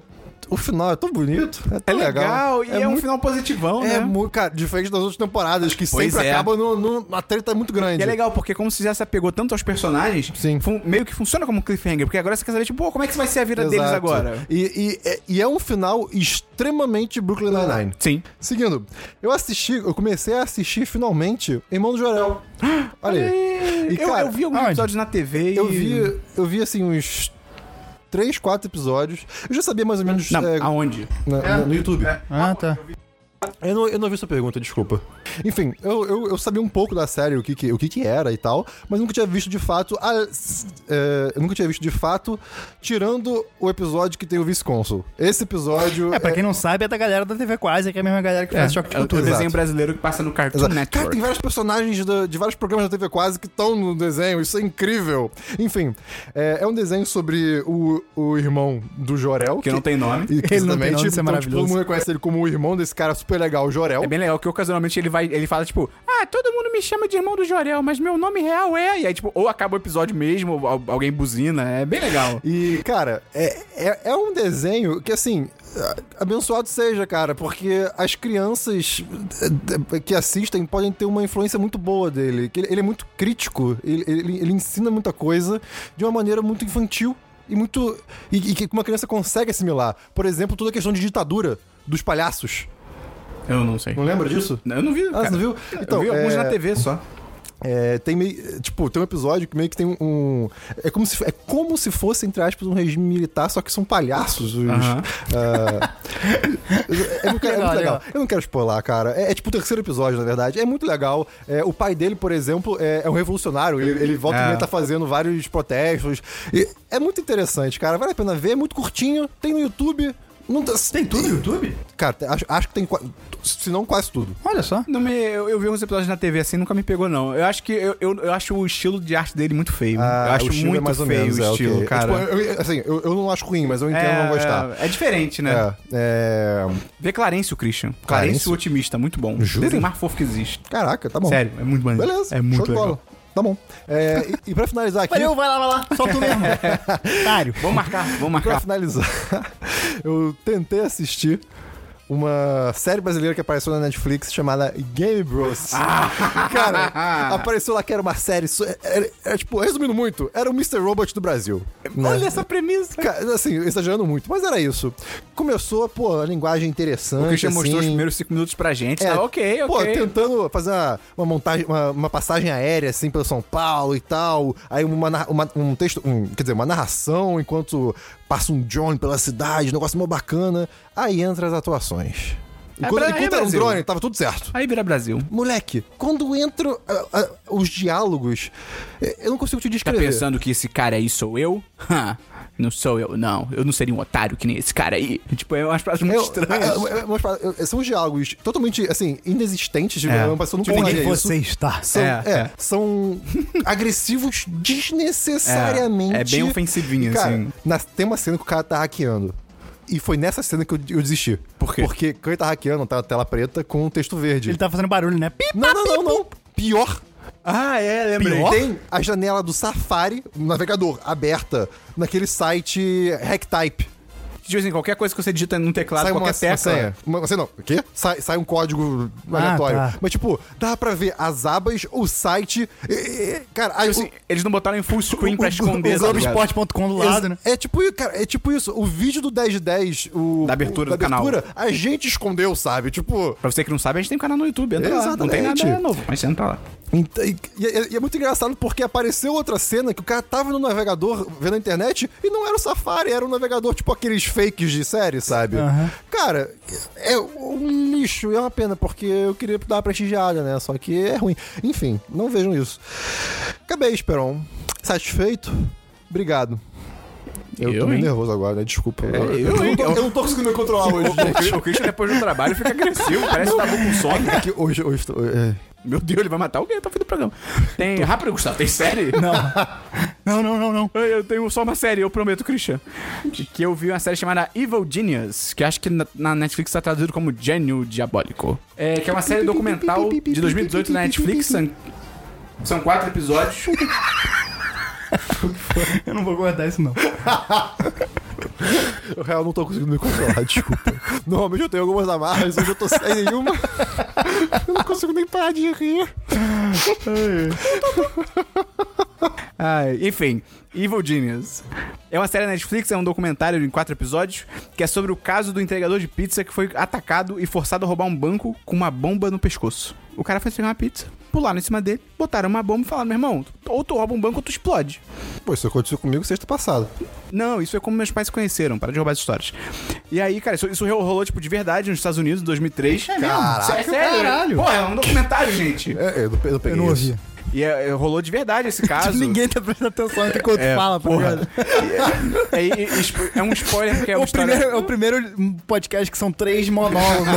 S2: o final é tão bonito. É,
S1: É
S2: tão
S1: legal, e é, um
S2: muito-
S1: final positivão, né?
S2: É, muito, cara, diferente das outras temporadas, que
S1: Pois
S2: sempre
S1: é.
S2: acabam no- no- numa treta muito grande.
S1: E é legal, porque como se já se apegou tanto aos personagens,
S2: Sim.
S1: fun- meio que funciona como um cliffhanger, porque agora você quer saber, tipo, pô, como é que vai ser a vida deles
S2: Exato.
S1: agora?
S2: E, e- e é um final extremamente Brooklyn
S1: É.
S2: Nine-Nine.
S1: Sim.
S2: Seguindo, eu assisti, eu comecei a assistir finalmente Irmão do Jorel. Olha aí. E,
S1: eu,
S2: cara,
S1: eu vi alguns
S3: aonde?
S1: episódios na TV
S2: eu
S1: e...
S2: vi, eu vi assim uns três, quatro episódios. Eu já sabia mais ou menos
S1: Não, um-
S2: é,
S1: aonde? É,
S2: na- na-
S1: né?
S2: no YouTube.
S3: Ah, tá.
S2: Eu não, eu não vi sua pergunta, desculpa. Enfim, eu, eu, eu sabia um pouco da série, o que, que- o que, que era e tal, mas nunca tinha visto de fato. a- s- é, eu nunca tinha visto de fato, tirando o episódio que tem o vice-consul. Esse episódio.
S3: É, pra
S2: é-
S3: quem não sabe, é da galera da TV Quase, que é a mesma galera que faz choque de
S1: É o
S3: cultura.
S1: desenho
S2: Exato.
S1: brasileiro que passa no Cartoon
S2: é, Exato.
S1: Network.
S2: Cara, tem vários personagens da- de vários programas da TV quase que estão no desenho, isso é incrível. Enfim, é, é um desenho sobre o, o irmão do Jorel.
S1: Que não tem nome.
S2: E, que
S3: Ele não tem
S2: exatamente,
S3: nome, isso é
S2: então, tipo,
S3: maravilhoso.
S2: todo mundo reconhece ele como o irmão desse cara super legal, Jorel.
S1: É bem legal que ocasionalmente ele vai, ele fala tipo, ah, todo mundo me chama de irmão do Jorel, mas meu nome real é. E aí, tipo, ou acaba o episódio mesmo, ou al- alguém buzina. É bem legal.
S2: E, cara, é, é, é um desenho que, assim, abençoado seja, cara, porque as crianças eh, que assistem podem ter uma influência muito boa dele. que Ele, ele é muito crítico, ele, ele- ele ensina muita coisa de uma maneira muito infantil e muito. e, e que uma criança consegue assimilar. Por exemplo, toda a questão de ditadura dos palhaços.
S1: Eu não sei.
S2: Não lembra disso?
S1: Eu não vi,
S2: Ah,
S1: cara.
S2: você não viu?
S1: eu
S2: Então,
S1: vi alguns
S2: é-
S1: na TV só.
S2: É, tem meio. Tipo, tem um episódio que meio que tem um. um- é, como se, é como se fosse, entre aspas, um regime militar, só que são palhaços. Os,
S1: Aham.
S2: ah, eu não quero, é
S3: Legal,
S2: muito legal.
S3: legal.
S2: Eu não quero spoiler, cara. É, é tipo o terceiro episódio, na verdade. É muito legal. É, o pai dele, por exemplo, é, é um revolucionário. Ele, ele volta
S1: É.
S2: e meia tá fazendo vários protestos. E é muito interessante, cara. Vale a pena ver. É muito curtinho. Tem no YouTube. Não tá-
S5: Tem tudo no YouTube?
S2: Cara, acho, acho que tem. qua- Se não, quase tudo.
S3: Olha só.
S1: Não me, eu, eu vi alguns episódios na TV assim, nunca me pegou, não. Eu acho que eu, eu, eu acho o estilo de arte dele muito feio. eu
S2: Ah,
S1: acho
S2: o estilo é
S1: muito
S2: ou
S1: feio
S2: menos,
S1: o
S2: é,
S1: estilo,
S2: ok. É,
S1: cara.
S2: tipo, eu- eu- assim, eu, eu não acho ruim, mas eu entendo não gostar.
S1: É diferente, né?
S2: É, é,
S1: Vê Clarence o Christian. Clarence o otimista, muito bom.
S2: Juro?
S1: Desenho mais fofo que existe.
S2: Caraca, tá bom.
S1: Sério, é muito maneiro.
S2: Beleza.
S1: É muito
S2: show de
S1: legal.
S2: bola. Tá bom. É, e, e pra finalizar aqui.
S3: Valeu, vai lá, vai lá. Só tu mesmo. Otário.
S1: Vamos marcar, vamos
S2: Pra
S1: marcar.
S2: finalizar, eu tentei assistir uma série brasileira que apareceu na Netflix chamada Game Bros.
S1: Ah.
S2: Cara, apareceu lá que era uma série. so- Era, era, tipo, resumindo muito, era o Mr. Robot do Brasil. né?
S1: Olha essa premissa.
S2: Cara, assim, exagerando muito, mas era isso. Começou, pô, a linguagem interessante.
S1: O Christian mostrou os
S2: assim.
S1: primeiros cinco minutos pra gente.
S2: É,
S1: tá, ok,
S2: Pô,
S1: ok.
S2: tentando fazer uma, uma montagem, uma, uma passagem aérea, assim, pelo São Paulo e tal. Aí uma, narra- uma- um texto, um- quer dizer, uma narração enquanto passa um drone pela cidade, um negócio mó bacana. Aí entra as atuações.
S1: É,
S2: Enquanto,
S1: pra- é
S2: enquanto era um
S1: Brasil.
S2: drone, tava tudo certo.
S1: Aí vira Brasil.
S2: Moleque, quando entram ah, ah, os diálogos, eh, eu não consigo te
S1: Tá
S2: descrever.
S1: pensando que esse cara aí sou eu? Ha, não sou eu, não. Eu não seria um otário que nem esse cara aí. Tipo, é umas frases muito
S2: Eu-
S1: estranhas.
S2: ah, ah, ah, mas, ah, ah, são diálogos totalmente, assim, inexistentes.
S1: É.
S2: Eu, eu não
S1: Tipo,
S2: falaria
S3: Onde
S2: isso.
S3: você está?
S2: São,
S1: É,
S2: é,
S1: é.
S2: são agressivos desnecessariamente.
S1: É, é bem ofensivinho,
S2: cara,
S1: assim.
S2: na- tem uma cena que o cara tá hackeando. E foi nessa cena que eu, eu desisti.
S1: Por quê?
S2: Porque quando ele tá hackeando, tá na tela preta com um texto verde.
S3: Ele tá fazendo barulho, né? Pip.
S2: Não, não, não, não. Pior.
S1: Ah, é, lembrei.
S2: Pior? Tem a janela do Safari, o navegador, aberta, naquele site Hacktype.
S1: Tipo assim, qualquer coisa que você digita num teclado,
S2: sai uma,
S1: qualquer né?
S2: uma
S1: tecla.
S2: senha. Uma, sei não, o quê? Sai, sai um código aleatório.
S3: tá.
S2: Mas, tipo, dá pra ver as abas, o site. e- e- e- cara, aí,
S1: Tipo assim, eles não botaram em full screen pra
S2: o-
S1: esconder.
S2: o
S1: tá ligado?
S3: Globoesporte.com do lado, né?
S2: É tipo, i- cara, é tipo isso. O vídeo do 10 de 10, o,
S1: Da abertura
S2: o-
S1: do canal.
S2: a gente escondeu, sabe? Tipo.
S1: Pra você que não sabe, a gente tem um canal no YouTube. Entra lá. Não tem
S2: Exatamente.
S1: nada é novo, mas você entra lá.
S2: ent- E, e- e é muito engraçado porque apareceu outra cena que o cara tava no navegador vendo a internet e não era o Safari, era um navegador tipo aqueles fakes de série, sabe?
S3: Aham.
S2: Cara, é um lixo, e é uma pena, porque eu queria dar uma prestigiada, né? Só que é ruim. Enfim, não vejam isso. Acabei, Esperon. Satisfeito? Obrigado. Eu,
S1: Eu,
S2: tô meio
S1: hein?
S2: nervoso agora, né? Desculpa. eu,
S1: eu,
S2: não
S1: hein?
S2: tô, eu não tô conseguindo me controlar hoje,
S1: O Christian- O Christian, depois do trabalho, fica agressivo. Parece que tá com sono.
S2: É que hoje, hoje tô- é.
S1: Meu Deus, ele vai matar alguém até o fim do programa. Tem. Rápido, Gustavo, tem série?
S3: Não. Não, não, não, não.
S1: Ai, Eu tenho só uma série, eu prometo, Christian. Que eu vi uma série chamada Evil Genius, que acho que na- na Netflix tá traduzido como Gênio Diabólico. É, que é uma série documental de 2018 na Netflix. São, são quatro episódios.
S3: Eu não vou guardar isso, não.
S2: Eu real não tô conseguindo me controlar, desculpa. Normalmente eu tenho algumas amarras, hoje eu tô sem nenhuma. Eu não consigo nem parar de rir.
S1: Ai, enfim, Evil Genius. É uma série da Netflix, é um documentário em quatro episódios, que é sobre o caso do entregador de pizza que foi atacado e forçado a roubar um banco com uma bomba no pescoço. O cara foi pegar uma pizza, pularam em cima dele, botaram uma bomba e falaram, meu irmão, ou tu rouba um banco ou tu explode.
S2: Pô, isso aconteceu comigo sexta passada.
S1: Não, isso é como meus pais se conheceram, para de roubar as histórias. E aí, cara, isso, isso rolou, tipo, de verdade nos Estados Unidos em 2003. É
S2: Caraca,
S1: sério?
S3: caralho.
S1: Porra, é um documentário, gente.
S2: É, eu não, eu não peguei
S3: Eu não
S2: isso.
S3: ouvi.
S1: E é, é, rolou de verdade esse caso.
S3: Ninguém tá prestando atenção no que o outro
S1: É,
S3: fala, tá
S1: porra.
S3: ligado?
S1: É, é, é, spo- é um spoiler porque é uma
S3: o
S1: história...
S3: primeiro, é o primeiro podcast que são três monólogos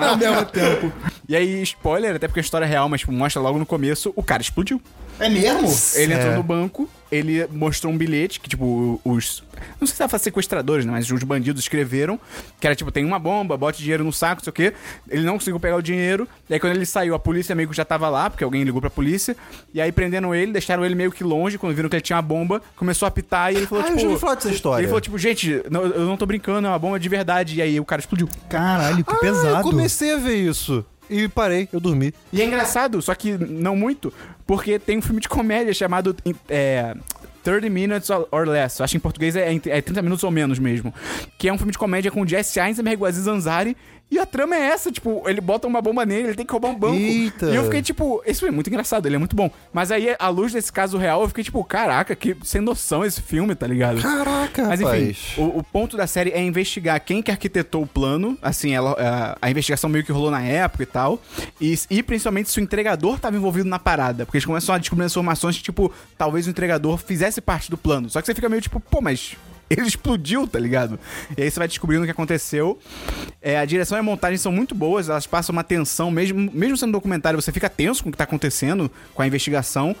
S3: ao mesmo tempo.
S1: E aí, spoiler, até porque a história é real, mas tipo, mostra logo no começo, o cara explodiu.
S3: É mesmo?
S1: Ele entrou no banco, ele mostrou um bilhete que, tipo, os. Não Não sei se tava sequestradores, né? Mas os bandidos escreveram que era tipo, tem uma bomba, bote dinheiro no saco, não sei o quê. Ele não conseguiu pegar o dinheiro. E aí quando ele saiu, a polícia meio que já tava lá, porque alguém ligou pra polícia. E aí prenderam ele, deixaram ele meio que longe. Quando viram que ele tinha uma bomba, começou a apitar e ele falou,
S2: Ah, eu
S1: tipo...
S2: já ouvi falar dessa história.
S1: Ele falou, tipo, gente, não- eu não tô brincando, é uma bomba de verdade. E aí o cara explodiu.
S3: Caralho, que
S2: Ah, eu
S3: pesado.
S2: comecei a ver isso. E parei, eu dormi.
S1: E é engraçado, só que não muito, porque tem um filme de comédia chamado é, 30 Minutes or- or Less. Eu acho que em português é, é 30 minutos ou menos mesmo. Que é um filme de comédia com o Jesse Eisenberg e o Aziz Ansari. E a trama é essa, tipo, ele bota uma bomba nele, ele tem que roubar um banco.
S2: Eita.
S1: E eu fiquei tipo, esse filme é muito engraçado, ele é muito bom. Mas aí, à luz desse caso real, eu fiquei tipo, caraca, que sem noção esse filme, tá ligado?
S2: Caraca,
S1: Mas enfim,
S2: rapaz.
S1: o, o ponto da série é investigar quem que arquitetou o plano, assim, ela, a, a investigação meio que rolou na época e tal, e, e principalmente se o entregador estava envolvido na parada, porque eles começam a descobrir as informações que, tipo, talvez o entregador fizesse parte do plano. Só que você fica meio tipo, pô, mas ele explodiu, tá ligado? E aí você vai descobrindo o que aconteceu. É, a direção e a montagem são muito boas, elas passam uma tensão, mesmo, mesmo sendo um documentário, você fica tenso com o que tá acontecendo, com a investigação.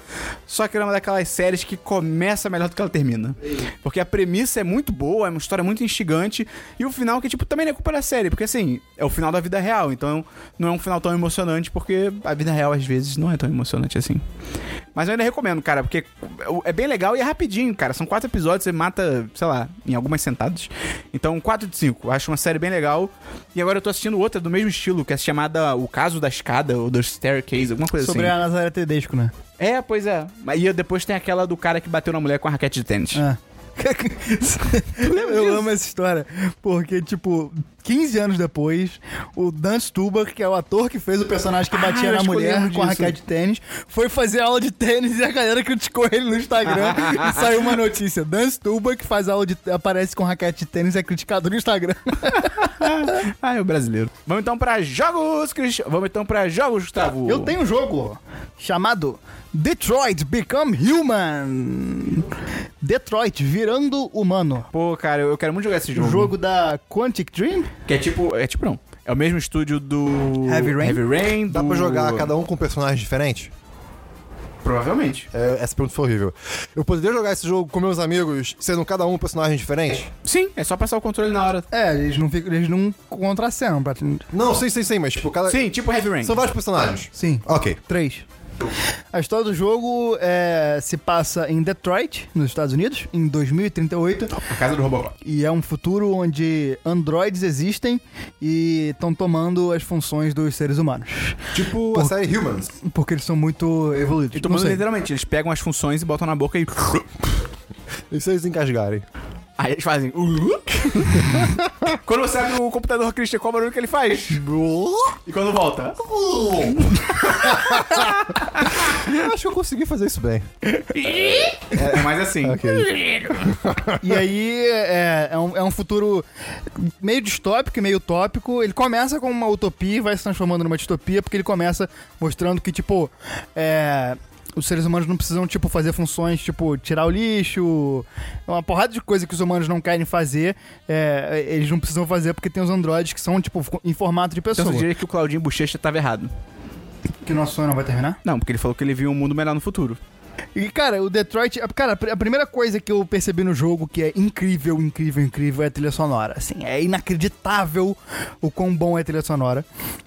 S1: Só que ela é uma daquelas séries que começa melhor do que ela termina. Porque a premissa é muito boa, é uma história muito instigante, e o final que, tipo, também não é culpa da série, porque assim, é o final da vida real, então não é um final tão emocionante, porque a vida real às vezes não é tão emocionante assim. Mas eu ainda recomendo, cara, porque é bem legal e é rapidinho, cara. São quatro episódios, você mata, sei lá, em algumas sentadas. Então, quatro de cinco. Eu Acho uma série bem legal. E agora eu tô assistindo outra do mesmo estilo, que é chamada O Caso da Escada ou The Staircase, alguma coisa
S3: Sobre
S1: assim.
S3: a Nazaré Tedesco, né?
S1: É, pois é. Mas E depois tem aquela do cara que bateu na mulher com a raquete de tênis.
S3: Ah. Eu amo essa história, porque, tipo, 15 anos depois, o Dan Stubach, que é o ator que fez o personagem que
S1: Ah,
S3: batia
S1: eu
S3: na
S1: acho que eu
S3: mulher
S1: lembro
S3: com a
S1: disso.
S3: raquete de tênis, foi fazer aula de tênis e a galera criticou ele no Instagram e saiu uma notícia. Dan Stubach faz aula de aparece com raquete de tênis e é criticado no Instagram.
S1: Ah, é o brasileiro. Vamos então pra jogos, Cristian. Vamos então pra jogos, Gustavo.
S3: Eu tenho um jogo chamado Detroit Become Human. Detroit virando humano.
S1: Pô, cara, eu eu quero muito jogar esse jogo.
S3: O jogo da Quantic Dream?
S1: Que é tipo. É tipo não. É o mesmo estúdio do.
S3: Heavy Rain?
S1: Heavy Rain
S2: Dá
S1: do-
S2: pra jogar cada um com um personagem diferente?
S1: Provavelmente.
S2: É, essa pergunta foi horrível. Eu poderia jogar esse jogo com meus amigos, sendo cada um um personagem diferente?
S1: Sim, é só passar o controle na hora.
S3: É, eles não, ficam, eles não contracenam. pra-
S2: Não, sim, sim, sim, mas tipo, cada.
S1: Sim, tipo Heavy Rain.
S2: São vários personagens.
S3: Sim.
S2: Ok.
S3: 3. A história do jogo é, se passa em Detroit, nos Estados Unidos, em 2038.
S1: A casa do Robocop.
S3: E é um futuro onde androides existem e estão tomando as funções dos seres humanos.
S2: Tipo a série Humans.
S3: Porque eles são muito
S1: E
S3: evoluídos. Não
S1: tomando
S3: sei.
S1: Tipo, literalmente, eles pegam as funções e botam na boca e.
S2: E se eles encasgarem?
S1: Aí eles fazem. "Uh?" quando você abre o computador, Christian, qual barulho que ele faz? E quando volta?
S2: Eu acho que eu consegui fazer isso bem.
S1: É mais assim.
S2: Ok.
S3: E aí é, é um, é um futuro meio distópico e meio utópico. Ele começa com uma utopia e vai se transformando numa distopia, porque ele começa mostrando que, tipo, é, os seres humanos não precisam, tipo, fazer funções, tipo, tirar o lixo, uma porrada de coisa que os humanos não querem fazer, é, eles não precisam fazer porque tem os androides que são, tipo, em formato de
S1: Então
S3: pessoa.
S1: você diria que o Claudinho Bochecha tava errado.
S3: Que nosso sonho não vai terminar?
S1: Não, porque ele falou que ele viu um mundo melhor no futuro.
S3: E, cara, o Detroit. Cara, a pr- a primeira coisa que eu percebi no jogo que é incrível, incrível, incrível é a trilha sonora. Assim, é inacreditável o quão bom é a trilha sonora.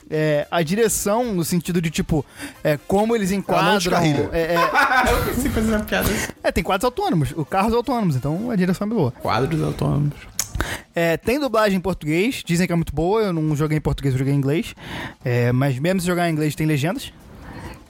S3: É, a direção, no sentido de, tipo, é, como eles enquadram.
S2: descarrilha.
S3: É, é-
S1: Ah, eu pensei fazer uma piada.
S3: é, tem quadros autônomos, o carros autônomos, então a direção é boa.
S1: Quadros autônomos.
S3: É, tem dublagem em português, dizem que é muito boa. Eu não joguei em português, eu joguei em inglês. É, mas mesmo se jogar em inglês, tem legendas.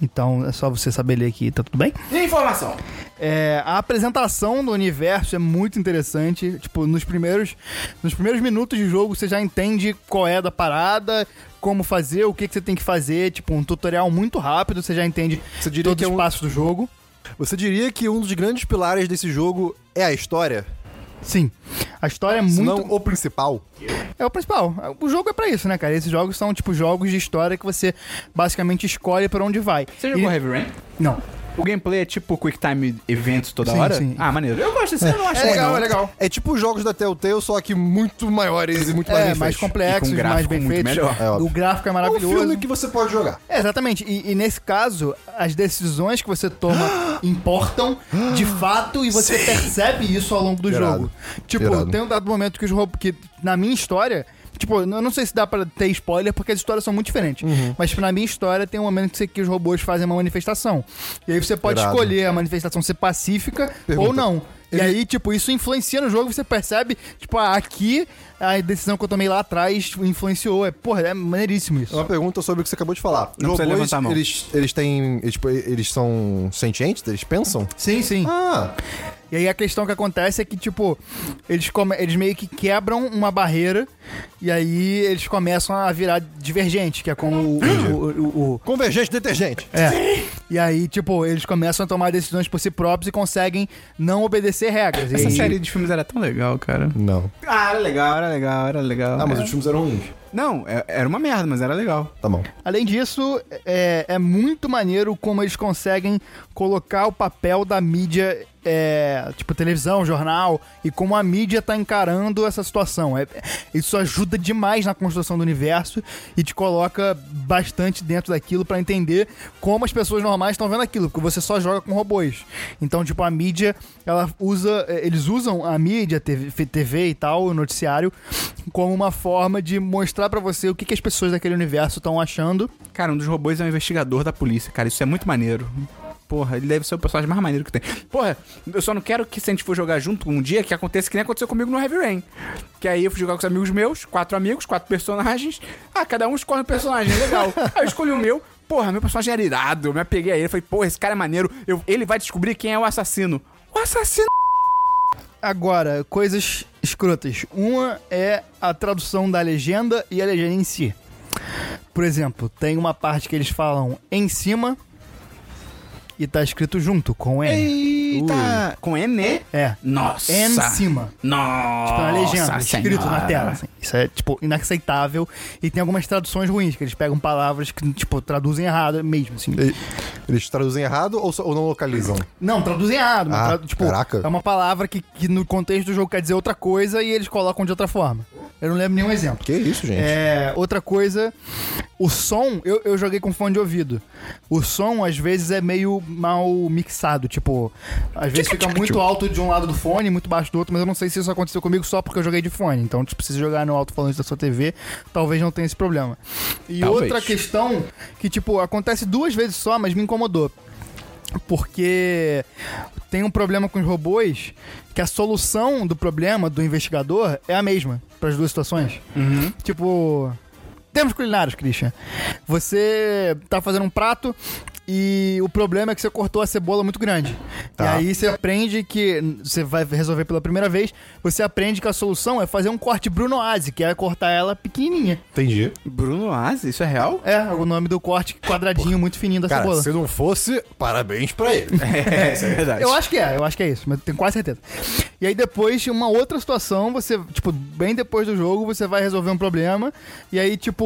S3: Então é só você saber ler aqui, tá tudo bem.
S1: E informação?
S3: É, a apresentação do universo é muito interessante. Tipo, nos primeiros, nos primeiros minutos de jogo você já entende qual é da parada, como fazer, o que, que você tem que fazer. Tipo, um tutorial muito rápido, você já entende
S2: Você diria
S3: todos
S2: que é
S3: os
S2: um-
S3: passos do jogo.
S2: Você diria que um dos grandes pilares desse jogo é a história?
S3: Sim. A história é
S2: Se
S3: muito.
S2: não o principal?
S3: É o principal. O jogo é pra isso, né, cara? Esses jogos são, tipo, jogos de história que você basicamente escolhe pra onde vai.
S1: Você
S3: E-
S1: jogou Heavy Rain?
S3: Não.
S1: O gameplay é tipo Quick Time Event toda
S3: Sim,
S1: hora?
S3: sim.
S1: Ah, maneiro. Eu gosto desse, eu não acho
S2: É
S1: ruim,
S2: legal,
S1: não.
S2: é legal. É tipo os jogos da Telltale, só que muito maiores e muito mais
S3: É,
S2: bem
S3: mais
S2: feitos.
S1: E
S3: complexos,
S1: com gráfico
S3: mais bem
S1: muito
S3: feitos.
S1: melhor.
S2: É, óbvio.
S3: o gráfico é
S2: É um
S3: maravilhoso.
S2: filme que você pode jogar.
S3: É, exatamente. E, e nesse caso, as decisões que você toma importam de fato e você percebe isso ao longo do
S2: Irado.
S3: jogo. Tipo,
S2: Irado.
S3: tem um dado momento que os robôs. que na minha história. Tipo, eu não sei se dá pra ter spoiler, porque as histórias são muito diferentes. Mas, tipo, na minha história, tem um momento que, você- que os robôs fazem uma manifestação. E aí você pode
S2: Irado.
S3: escolher a manifestação ser pacífica
S2: Pergunta.
S3: ou não. E aí, tipo, isso influencia no jogo, você percebe, tipo, ah, aqui a decisão que eu tomei lá atrás influenciou. É, porra, é maneiríssimo isso.
S2: Uma pergunta sobre o que você acabou de falar.
S1: Não precisa levantar a mão.
S2: Eles, eles têm. Eles, tipo, eles são sentientes? Eles pensam?
S3: Sim, sim.
S2: Ah,
S3: E aí a questão que acontece é que, tipo, eles, come- eles meio que quebram uma barreira e aí eles começam a virar divergente, que é como o. o- o- o-
S2: convergente detergente.
S3: é. E aí, tipo, eles começam a tomar decisões por si próprios e conseguem não obedecer regras. E
S1: Essa
S3: aí-
S1: série de filmes era tão legal, cara.
S2: Não.
S1: Ah, era legal, era legal, era legal. É.
S2: Ah, mas os filmes eram ruins.
S1: Não, é- era uma merda, mas era legal.
S2: Tá bom.
S3: Além disso, é, é muito maneiro como eles conseguem colocar o papel da mídia, é, tipo televisão, jornal, e como a mídia tá encarando essa situação. É- isso ajuda demais na construção do universo e te coloca bastante dentro daquilo pra entender como as pessoas normais estão vendo aquilo, porque você só joga com robôs. Então, tipo, a mídia, ela usa, é, eles usam a mídia, TV, TV e tal, o noticiário, como uma forma de mostrar pra você o que, que as pessoas daquele universo estão achando.
S1: Cara, um dos robôs é um investigador da polícia, cara. Isso é muito maneiro. Porra, ele deve ser o personagem mais maneiro que tem. Porra, eu só não quero que se a gente for jogar junto um dia que aconteça que nem aconteceu comigo no Heavy Rain. Que aí eu fui jogar com os amigos meus, quatro amigos, quatro personagens. Ah, cada um escolhe um personagem, legal. aí eu escolhi o meu. Porra, meu personagem era irado. Eu me apeguei a ele. Falei, porra, esse cara é maneiro. Eu- ele vai descobrir quem é o assassino. O assassino
S3: Agora, coisas escrotas. Uma é a tradução da legenda e a legenda em si. Por exemplo, tem uma parte que eles falam em cima e tá escrito junto, com N.
S1: Eita! tá Com N?
S3: É.
S1: Nossa!
S3: Em cima.
S1: Nossa!
S3: Tipo, na legenda, escrito
S1: senhora.
S3: na tela. assim. Isso é, tipo, inaceitável. E tem algumas traduções ruins, que eles pegam palavras que, tipo, traduzem errado mesmo, assim.
S2: E- Eles traduzem errado ou, só- ou não localizam?
S3: Não, traduzem errado. mas
S2: Ah,
S3: tradu- tipo,
S2: caraca.
S3: é uma palavra que, que no contexto do jogo quer dizer outra coisa e eles colocam de outra forma. Eu não lembro nenhum exemplo.
S2: Que isso, gente?
S3: É, outra coisa, o som, eu, eu joguei com fone de ouvido. O som, às vezes, é meio mal mixado. Tipo, às vezes fica muito alto de um lado do fone, muito baixo do outro, mas eu não sei se isso aconteceu comigo só porque eu joguei de fone. Então, tipo, se você jogar no alto-falante da sua TV, talvez não tenha esse problema. E
S1: Talvez.
S3: outra questão que, tipo, acontece duas vezes só, mas me incomodou. Porque tem um problema com os robôs que a solução do problema do investigador é a mesma para as duas situações. Tipo. Termos culinários, Christian. Você tá fazendo um prato e o problema é que você cortou a cebola muito grande.
S2: Tá.
S3: E aí você aprende que. Você vai resolver pela primeira vez. Você aprende que a solução é fazer um corte brunoise, que é cortar ela pequenininha.
S2: Entendi.
S1: Bruno Aze, isso é real?
S3: É, o nome do corte quadradinho, muito fininho da
S2: Cara,
S3: cebola.
S2: se não fosse, parabéns pra ele.
S1: É, isso é verdade.
S3: Eu acho que é, eu acho que é isso, mas tenho quase certeza. E aí depois, uma outra situação, você, tipo, bem depois do jogo, você vai resolver um problema, e aí, tipo.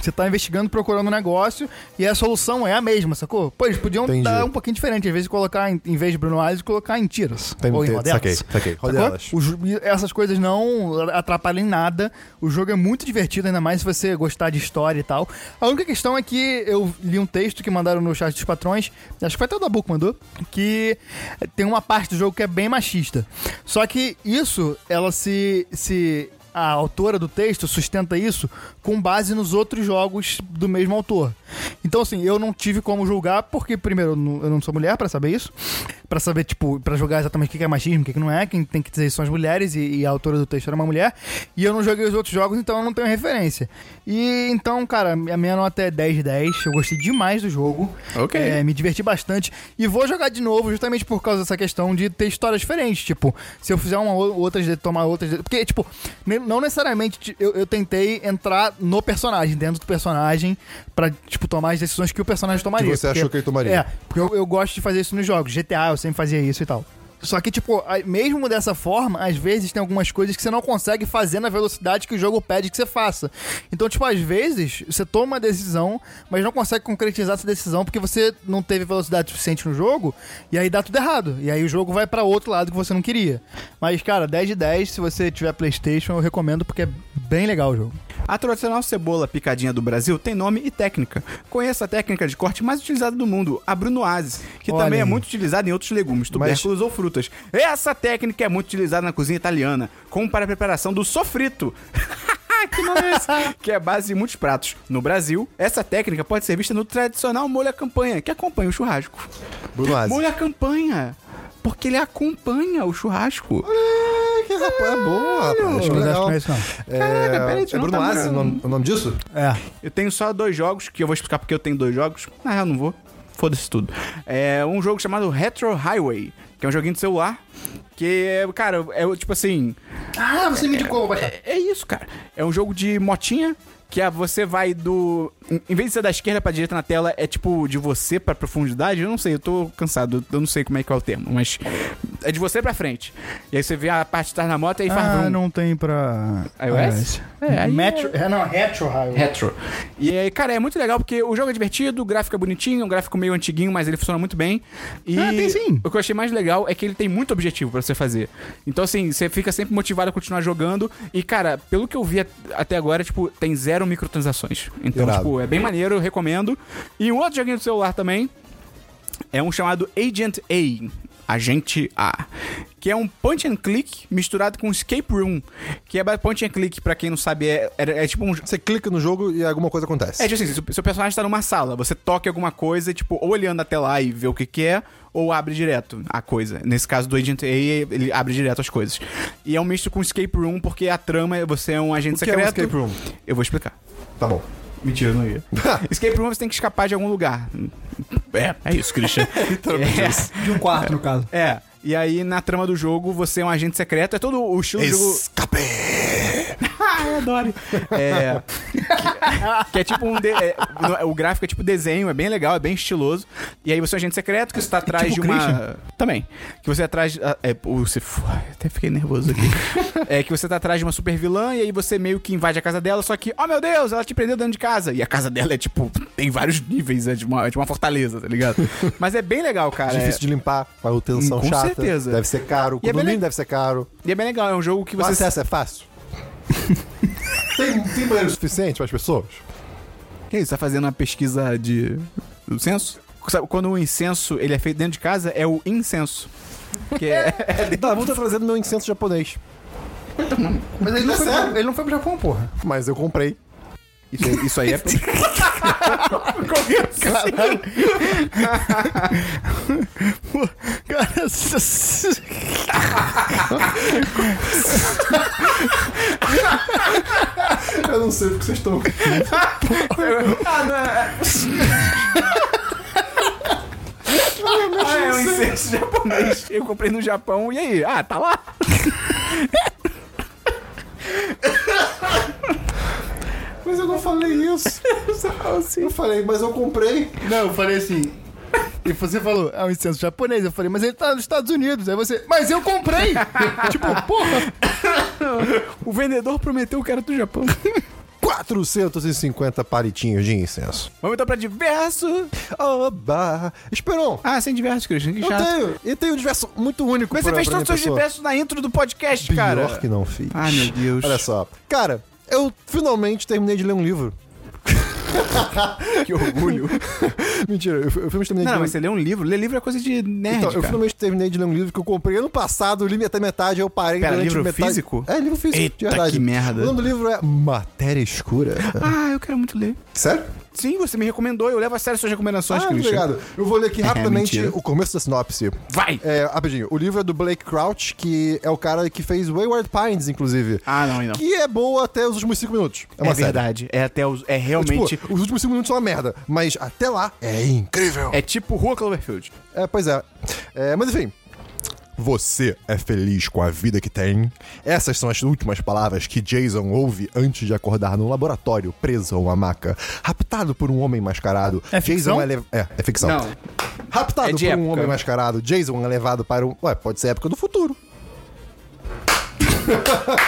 S3: Você tá investigando, procurando um negócio e a solução é a mesma, sacou? Pô, eles podiam
S2: Entendi.
S3: dar um pouquinho diferente. Às vezes colocar, em, em vez de Bruno Alves, colocar em tiras.
S2: Entendi,
S3: ou em
S2: saquei,
S3: rodelas.
S2: saquei.
S3: Sacou?
S2: Rodelas.
S3: O ju- e essas coisas não atrapalham em nada. O jogo é muito divertido, ainda mais se você gostar de história e tal. A única questão é que eu li um texto que mandaram no chat dos patrões, acho que foi até o Dabu que mandou, que tem uma parte do jogo que é bem machista. Só que isso, ela se. se a autora do texto sustenta isso com base nos outros jogos do mesmo autor. Então, assim, eu não tive como julgar, porque, primeiro, eu não, eu não sou mulher pra saber isso. pra saber, tipo, pra julgar exatamente o que que é machismo, o que que não é. Quem tem que dizer isso são as mulheres, e, e a autora do texto era uma mulher. E eu não joguei os outros jogos, então eu não tenho referência. E então, cara, a minha nota é 10 de 10. Eu gostei demais do jogo.
S1: Ok.
S3: É, me diverti bastante. E vou jogar de novo, justamente por causa dessa questão de ter histórias diferentes. Tipo, se eu fizer uma ou- outras de tomar outras. de- Porque, tipo, ne- não necessariamente ti- eu, eu tentei entrar no personagem, dentro do personagem, pra, tipo, tomar as decisões que o personagem tomaria.
S2: Que você achou que ele tomaria.
S3: É, porque eu, eu gosto de fazer isso nos jogos. GTA, eu sempre fazia isso e tal. Só que, tipo, a- mesmo dessa forma, às vezes tem algumas coisas que você não consegue fazer na velocidade que o jogo pede que você faça. Então, tipo, às vezes você toma uma decisão, mas não consegue concretizar essa decisão porque você não teve velocidade suficiente no jogo, e aí dá tudo errado. E aí o jogo vai pra outro lado que você não queria. Mas, cara, 10 de 10, se você tiver PlayStation, eu recomendo porque é bem legal o jogo.
S1: A tradicional cebola picadinha do Brasil tem nome e técnica. Conheça a técnica de corte mais utilizada do mundo, a brunoise, que
S3: Olha
S1: também é
S3: aí.
S1: muito utilizada em outros legumes, tubérculos ou frutas. Essa técnica é muito utilizada na cozinha italiana, como para a preparação do sofrito. que nome é esse? que é a base de muitos pratos. No Brasil, essa técnica pode ser vista no tradicional molho à campanha, que acompanha o churrasco.
S2: Bruno Aze.
S1: Molho à campanha, porque ele acompanha o churrasco.
S2: É, que rapaz, é boa, rapaz. Acho que legal.
S3: Mas acho que não é isso, não.
S2: É,
S1: Caraca, peraí, tu
S2: é
S1: não
S2: Bruno
S1: tá
S2: Aze o
S1: morando.
S2: nome, o nome disso?
S3: É.
S1: Eu tenho só dois jogos, que eu vou explicar porque eu tenho dois jogos. Na real, não vou. Foda-se tudo. É um jogo chamado Retro Highway, que é um joguinho de celular. Que, é, cara, é o- tipo assim.
S3: Ah, você me indicou, Batata.
S1: É isso, cara. É um jogo de motinha. Que é você vai do. em- Em vez de ser da esquerda pra direita na tela, é tipo de você pra profundidade. Eu não sei, eu tô cansado, eu não sei como é que é o termo, mas. É de você pra frente. E aí você vê a parte de trás na moto e aí faz.
S3: Ah,
S1: vrum.
S3: não tem pra...
S1: iOS? É, aí
S3: Metro... É, não, Retro Highway.
S1: Retro. E aí, cara, é muito legal porque o jogo é divertido, o gráfico é bonitinho, é um gráfico meio antiguinho, mas ele funciona muito bem. E
S3: Ah, tem sim.
S1: o que eu achei mais legal é que ele tem muito objetivo pra você fazer. Então, assim, você fica sempre motivado a continuar jogando. E, cara, pelo que eu vi at- até agora, tipo, tem zero microtransações. Então,
S2: Irado.
S1: tipo, é bem maneiro, eu recomendo. E um outro joguinho do celular também, é um chamado Agent A, Agente A, que é um punch and click misturado com escape room, que é ba- punch and click, pra quem não sabe, é, é- é tipo um...
S2: Você clica no jogo e alguma coisa acontece.
S1: É tipo assim, seu- seu personagem tá numa sala, você toca em alguma coisa, tipo, ou ele anda até lá e vê o que que é, ou abre direto a coisa. Nesse caso do Agent A, ele abre direto as coisas. E é um misto com escape room, porque a trama é você é um agente
S2: o que é
S1: secreto.
S2: um escape room?
S1: Eu vou explicar.
S2: Tá bom.
S1: Mentira, eu não ia. escape room você tem que escapar de algum lugar. É, é isso, Christian. é,
S5: De um quarto, no caso.
S1: É. E aí, na trama do jogo, você é um agente secreto. É todo o estilo do jogo. Ah, eu adoro. É. que, que é tipo um. de- é, no- o gráfico é tipo desenho, é bem legal, é bem estiloso. E aí você é um agente secreto que está atrás
S5: tipo
S1: de uma.
S5: Christian?
S1: Também. Que você é atrás. ah, É, pô, você... f- Até fiquei nervoso aqui. é que você tá atrás de uma super vilã e aí você meio que invade a casa dela, só que, oh meu Deus, ela te prendeu dentro de casa. E a casa dela é tipo. Tem vários níveis, é de uma, é de uma fortaleza, tá ligado? Mas é bem legal, cara. é-
S2: Difícil de limpar, manutenção
S1: Hum, com
S2: chata.
S1: certeza.
S2: Deve ser caro.
S1: E
S2: O
S1: é bem
S2: condomínio
S1: le-
S2: deve ser caro.
S1: E é bem legal, é um jogo que
S2: O
S1: você.
S2: acesso é fácil? tem, tem banheiro suficiente para as pessoas?
S1: Que isso? Tá fazendo uma pesquisa de. do censo? Sabe, quando o incenso ele é feito dentro de casa, é o incenso. Que é.
S2: Tá, vou tá trazendo meu incenso japonês.
S3: Mas ele não, é foi, pro- ele não foi pro Japão, porra.
S2: Mas eu comprei.
S1: Isso, aí- isso aí é.
S3: Cara,
S2: Eu não sei o que vocês estão.
S1: é. ah, é um incenso japonês. Eu comprei no Japão, e aí? Ah, tá lá?
S2: Mas eu não falei isso. Eu falei, mas eu comprei.
S3: não, eu falei assim. E você falou, é um incenso japonês. Eu falei, mas ele tá nos Estados Unidos. Aí você, mas eu comprei! tipo, porra!
S1: O vendedor prometeu que era do Japão.
S2: 450 palitinhos de incenso.
S1: Vamos então pra diverso.
S2: Oba! Esperon!
S1: Ah, sem diverso, Christian. Que
S2: Eu
S1: chato.
S2: tenho! E tenho um diverso muito único
S1: Mas você
S2: pra-
S1: fez
S2: pra
S1: todos os
S2: minha
S1: seus
S2: pessoa.
S1: diversos na intro do podcast,
S2: Pior
S1: cara.
S2: que não fiz.
S1: Ai, meu Deus.
S2: Olha só. Cara, eu finalmente terminei de ler um livro.
S1: que orgulho.
S2: Mentira, eu, eu finalmente
S1: Não,
S2: terminei de ler
S1: não,
S2: um
S1: mas você lê um livro. Ler livro é coisa de nerd,
S2: Então, eu
S1: cara.
S2: finalmente terminei de ler um livro que eu comprei ano passado, li até metade, aí eu parei
S1: Pera,
S2: durante
S1: livro
S2: metade.
S1: físico?
S2: É, livro físico,
S1: Eita,
S2: de verdade.
S1: que merda.
S2: O nome do livro é Matéria Escura.
S1: Ah, eu quero muito ler.
S2: Sério?
S1: Sim, você me recomendou. Eu levo a sério suas recomendações,
S2: Ah,
S1: Christian.
S2: obrigado. Eu vou ler aqui rapidamente
S1: mentira.
S2: o começo da sinopse.
S1: Vai!
S2: É, rapidinho. O livro é do Blake Crouch, que é o cara que fez Wayward Pines, inclusive.
S1: Ah, não, aí não.
S2: Que é boa até os últimos cinco minutos. É,
S1: É,
S2: uma série.
S1: verdade. É até os, é
S2: Tipo,
S1: realmente.
S2: os últimos cinco minutos são uma merda, mas até lá é incrível.
S1: é tipo Rua Cloverfield.
S2: É, pois é. É, Mas enfim. Você é feliz com a vida que tem? Essas são as últimas palavras que Jason ouve antes de acordar num laboratório, preso a uma maca. Raptado por um homem mascarado.
S3: É ficção?
S2: Jason é, lev- é, é ficção.
S1: Não.
S2: Raptado
S1: É
S2: por
S1: de
S2: um
S1: época.
S2: homem mascarado, Jason é levado para um. Ué, pode ser época do futuro.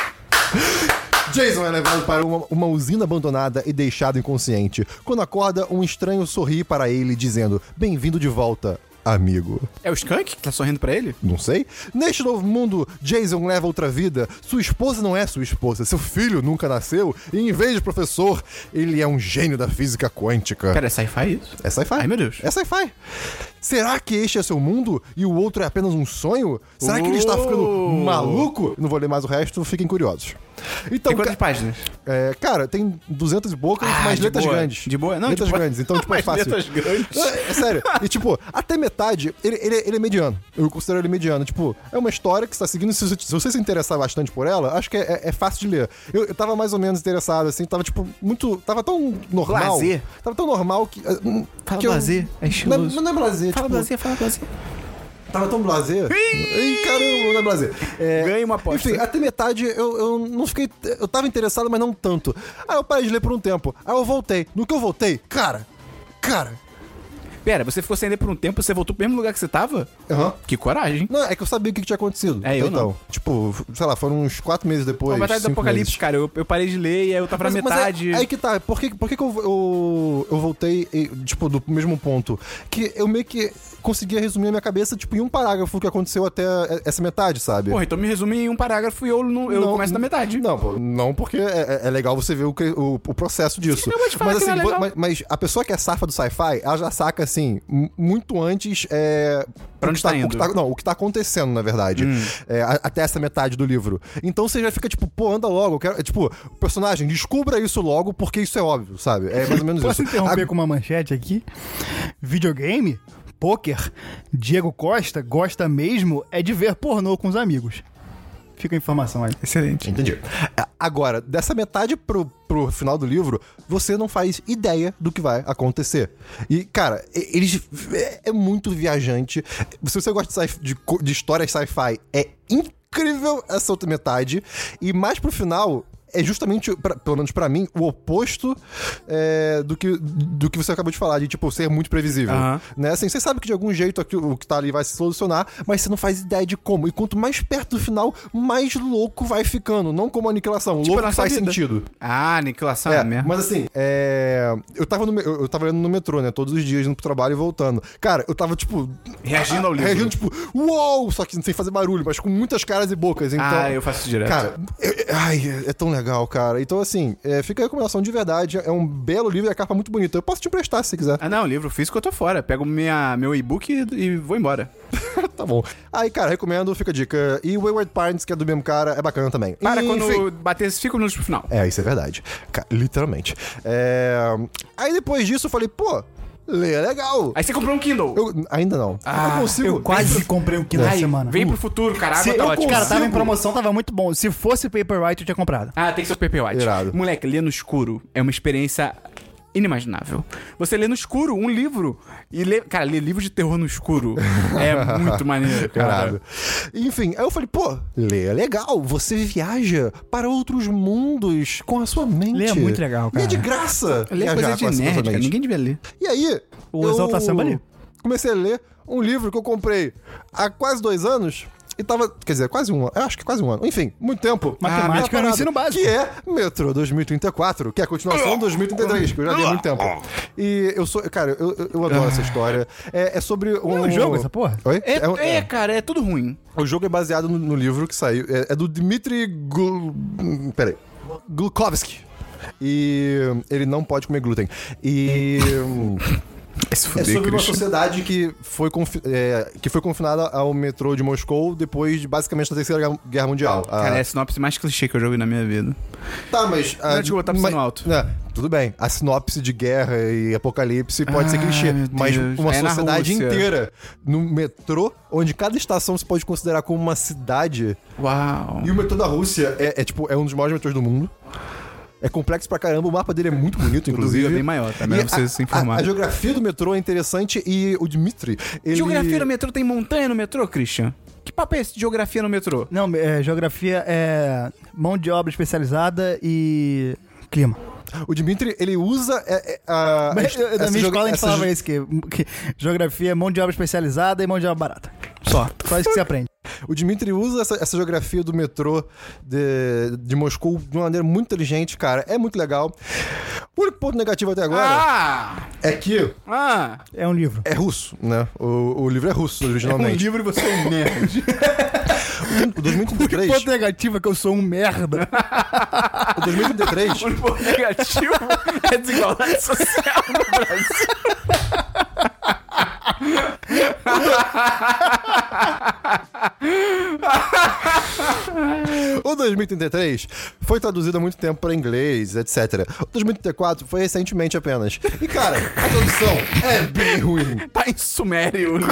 S2: Jason é levado para uma, uma usina abandonada e deixado inconsciente. Quando acorda, um estranho sorri para ele, dizendo: Bem-vindo de volta, amigo.
S1: É o Skunk que tá sorrindo pra ele?
S2: Não sei. Neste novo mundo, Jason leva outra vida. Sua esposa não é sua esposa, seu filho nunca nasceu, e em vez de professor, ele é um gênio da física quântica.
S1: Cara, é sci-fi isso?
S2: É sci-fi.
S1: Ai, meu Deus.
S2: É sci-fi. Será que este é seu mundo e o outro é apenas um sonho? Será que ele está ficando
S1: Uh.
S2: maluco? Não vou ler mais o resto, fiquem curiosos. Então,
S1: Tem quantas
S2: ca-
S1: páginas?
S2: é, cara, tem 200 e poucas,
S1: Ah,
S2: mas
S1: de
S2: letras
S1: boa.
S2: grandes.
S1: De boa? Não,
S2: letras
S1: de boa.
S2: grandes, então tipo, é
S1: Mas
S2: fácil.
S1: letras grandes.
S2: É, é sério. E tipo, até metade, ele, ele- ele é mediano. Eu considero ele mediano. Tipo, é uma história que você tá seguindo. Se, você- se você se interessar bastante por ela, acho que é, é- é fácil de ler. Eu, eu tava mais ou menos interessado, assim, tava tipo, muito. Tava tão normal.
S1: Blazer.
S2: Tava tão normal que. eh, hum,
S1: Fala
S2: que eu-
S1: blazer, é
S2: Não,
S1: estiloso.
S2: não é blazer,
S1: Fala
S2: tipo,
S1: blazer, fala blazer.
S2: Tava tão blazer. Ih, caramba, não é blazer. É,
S1: Ganha uma aposta.
S2: Enfim, até metade eu, eu não fiquei. Eu tava interessado, mas não tanto. Aí eu parei de ler por um tempo. Aí eu voltei. No que eu voltei, cara. Cara.
S1: Pera, você ficou sem ler por um tempo, você voltou pro mesmo lugar que você tava?
S2: Aham.
S1: Que coragem.
S2: Não, é que eu sabia o que que tinha acontecido.
S1: É, eu
S2: então,
S1: não.
S2: tipo, sei lá, foram uns quatro meses depois.
S1: A Batalha do
S2: cinco
S1: Apocalipse,
S2: meses.
S1: cara, eu, eu parei de ler e aí eu tava na
S2: Mas- mas é-
S1: metade.
S2: aí que tá, por que, por que, que eu, eu, eu voltei, e, tipo, do mesmo ponto? Que eu meio que conseguia resumir a minha cabeça, tipo, em um parágrafo o que aconteceu até essa metade, sabe?
S1: Porra, então me resume em um parágrafo e eu, não- eu
S2: Não,
S1: começo na metade.
S2: Não, pô, não porque é, é- é legal você ver o, cre- o- o processo disso.
S1: Eu vou te falar
S2: mas assim,
S1: que não é
S2: vo-
S1: legal.
S2: mas, mas a pessoa que é safa do sci-fi, ela já saca assim, m- muito antes. É,
S1: Pra
S2: o
S1: onde
S2: que
S1: tá
S2: o que
S1: indo. Hum.
S2: não, o que tá acontecendo, na verdade. É, a- até essa metade do livro. Então você já fica, tipo, pô, anda logo. eu quero- é, tipo, o personagem, descubra isso logo, porque isso é óbvio, sabe? É mais ou menos
S3: Posso
S2: isso.
S3: interromper
S2: A-
S3: com uma manchete aqui? Videogame, pôquer, Diego Costa gosta mesmo é de ver pornô com os amigos. Fica a informação aí.
S1: Excelente.
S2: Entendi. A- Agora, dessa metade pro, pro final do livro, você não faz ideia do que vai acontecer. E, cara, e- eles. É, é muito viajante. Se você gosta de, sci- de, co- de histórias sci-fi, é incrível essa outra metade. E mais pro final. É justamente, pra- pelo menos pra mim, o oposto é, do, que, do que você acabou de falar, de tipo, ser muito previsível.
S1: Aham.
S2: Né? Assim, você sabe que de algum jeito aqui, o que tá ali vai se solucionar, mas você não faz ideia de como. E quanto mais perto do final, mais louco vai ficando. Não como aniquilação.
S1: Tipo a
S2: louco
S1: nossa
S2: faz
S1: vida.
S2: sentido.
S1: Ah, aniquilação
S2: É,
S1: é, mesmo.
S2: mas assim, é, eu, tava no, me- eu eu tava indo no metrô, né? Todos os dias, indo pro trabalho e voltando. Cara, eu tava, tipo...
S1: Reagindo ao livro.
S2: Reagindo, tipo... Uou! Só que sem fazer barulho, mas com muitas caras e bocas. Então,
S1: Ah, eu faço isso direto.
S2: Cara, é- é- ai, é- é tão legal, cara. Então, assim, é, fica a recomendação de verdade. É um belo livro e a capa é muito bonita. Eu posso te emprestar se você quiser.
S1: Ah, não, livro físico eu tô fora. Pego minha, meu e-book e, e vou embora.
S2: Tá bom. Aí, cara, recomendo, fica a dica. E Wayward Pines, que é do mesmo cara, é bacana também.
S1: Para
S2: Enfim.
S1: quando bater esses 5 minutos pro final.
S2: É, isso é verdade. Ca- Literalmente. É... Aí depois disso eu falei, pô, ler é legal.
S1: Aí Ah, você comprou um Kindle.
S2: Eu... Ainda não.
S5: Ah,
S2: eu consigo.
S3: quase comprei
S5: um
S3: o Kindle
S1: Ai, Vem
S2: Uh.
S1: pro futuro, caralho.
S3: Se
S1: tá
S3: eu
S1: ótimo.
S3: Cara, tava em promoção, tava muito bom. Se fosse Paperwhite, eu tinha comprado.
S1: Ah, tem que ser o Paperwhite.
S2: Irado.
S1: Moleque, ler no escuro é uma experiência inimaginável. Você lê no escuro um livro e lê... Cara, ler livro de terror no escuro é muito maneiro, cara.
S2: Caralho. Enfim, aí eu falei, pô, ler é legal. Você viaja para outros mundos com a sua mente.
S3: Ler é muito legal,
S2: E é
S3: cara.
S2: de graça.
S1: Ler é coisa
S2: viajar com
S1: de
S2: a sua
S1: nerd, cara.
S2: mente.
S1: Ninguém devia ler.
S2: E aí,
S3: O Exalta Samba ali.
S2: comecei a ler um livro que eu comprei há quase dois anos. E tava, quer dizer, quase um ano. Eu acho que quase um ano. Enfim, muito tempo.
S3: Matemática era
S2: era
S3: o ensino básico.
S2: Que é Metrô 2034, que é a continuação de 2033, que eu já li há muito tempo. E eu sou. Cara, eu, eu- eu adoro essa história. É, é sobre um.
S3: um jogo essa porra?
S2: Oi?
S1: É,
S2: um-
S1: é, cara, é tudo ruim.
S2: o jogo é baseado no, no livro que saiu. É, é do Dmitry Glu... hum, Peraí. Glukovsky. E hum, ele não pode comer glúten. E. hum,
S1: Esse
S2: é
S1: fuder,
S2: sobre uma
S1: Christian.
S2: sociedade que foi, confi- é, que foi confinada ao metrô de Moscou depois de basicamente da Terceira Guerra- Guerra Mundial. Ah,
S1: Cara, é a sinopse mais clichê que eu joguei na minha vida.
S2: Tá, mas. ah,
S1: desculpa, tá
S2: mas-
S1: pensando alto.
S2: né, tudo bem. A sinopse de guerra e apocalipse pode ser
S1: Ah,
S2: clichê,
S1: meu
S2: mas
S1: Deus.
S2: uma
S1: É na
S2: sociedade
S1: Rússia.
S2: inteira no metrô, onde cada estação se pode considerar como uma cidade,
S1: Uau.
S2: E o metrô da Rússia é, é, tipo, é um dos maiores metrôs do mundo. É complexo pra caramba, o mapa dele é muito bonito, inclusive.
S1: é bem maior, tá? Melhor
S2: E
S1: você
S2: a-
S1: se informar.
S2: A, a geografia do metrô é interessante e o Dmitry. Ele...
S1: Geografia no metrô tem montanha no metrô, Christian? Que papo é esse de geografia no metrô?
S3: Não, é, geografia é mão de obra especializada e clima.
S2: O Dimitri, ele usa é, é, a.
S3: Mas,
S2: essa
S3: da minha
S2: joga-
S3: escola a gente
S2: essa
S3: falava
S2: jo-
S3: isso, que, que geografia é mão de obra especializada e mão de obra barata. Só, só isso que você aprende.
S2: O Dimitri usa essa, essa geografia do metrô de, de Moscou de uma maneira muito inteligente, cara. É muito legal. O único ponto negativo até agora
S1: Ah!
S2: é que
S1: Ah!
S3: É um livro.
S2: é russo, né? O, o livro é russo
S1: Um
S2: originalmente.
S1: livro e você é um nerd.
S2: O 2033,
S3: Ponto negativo é que eu sou um merda.
S2: o 2033
S1: O único ponto negativo é desigualdade social no Brasil.
S2: O 2033 foi traduzido há muito tempo para inglês, etc. O 2034 foi recentemente apenas. E, cara, a tradução é bem ruim.
S1: Tá em sumério. né?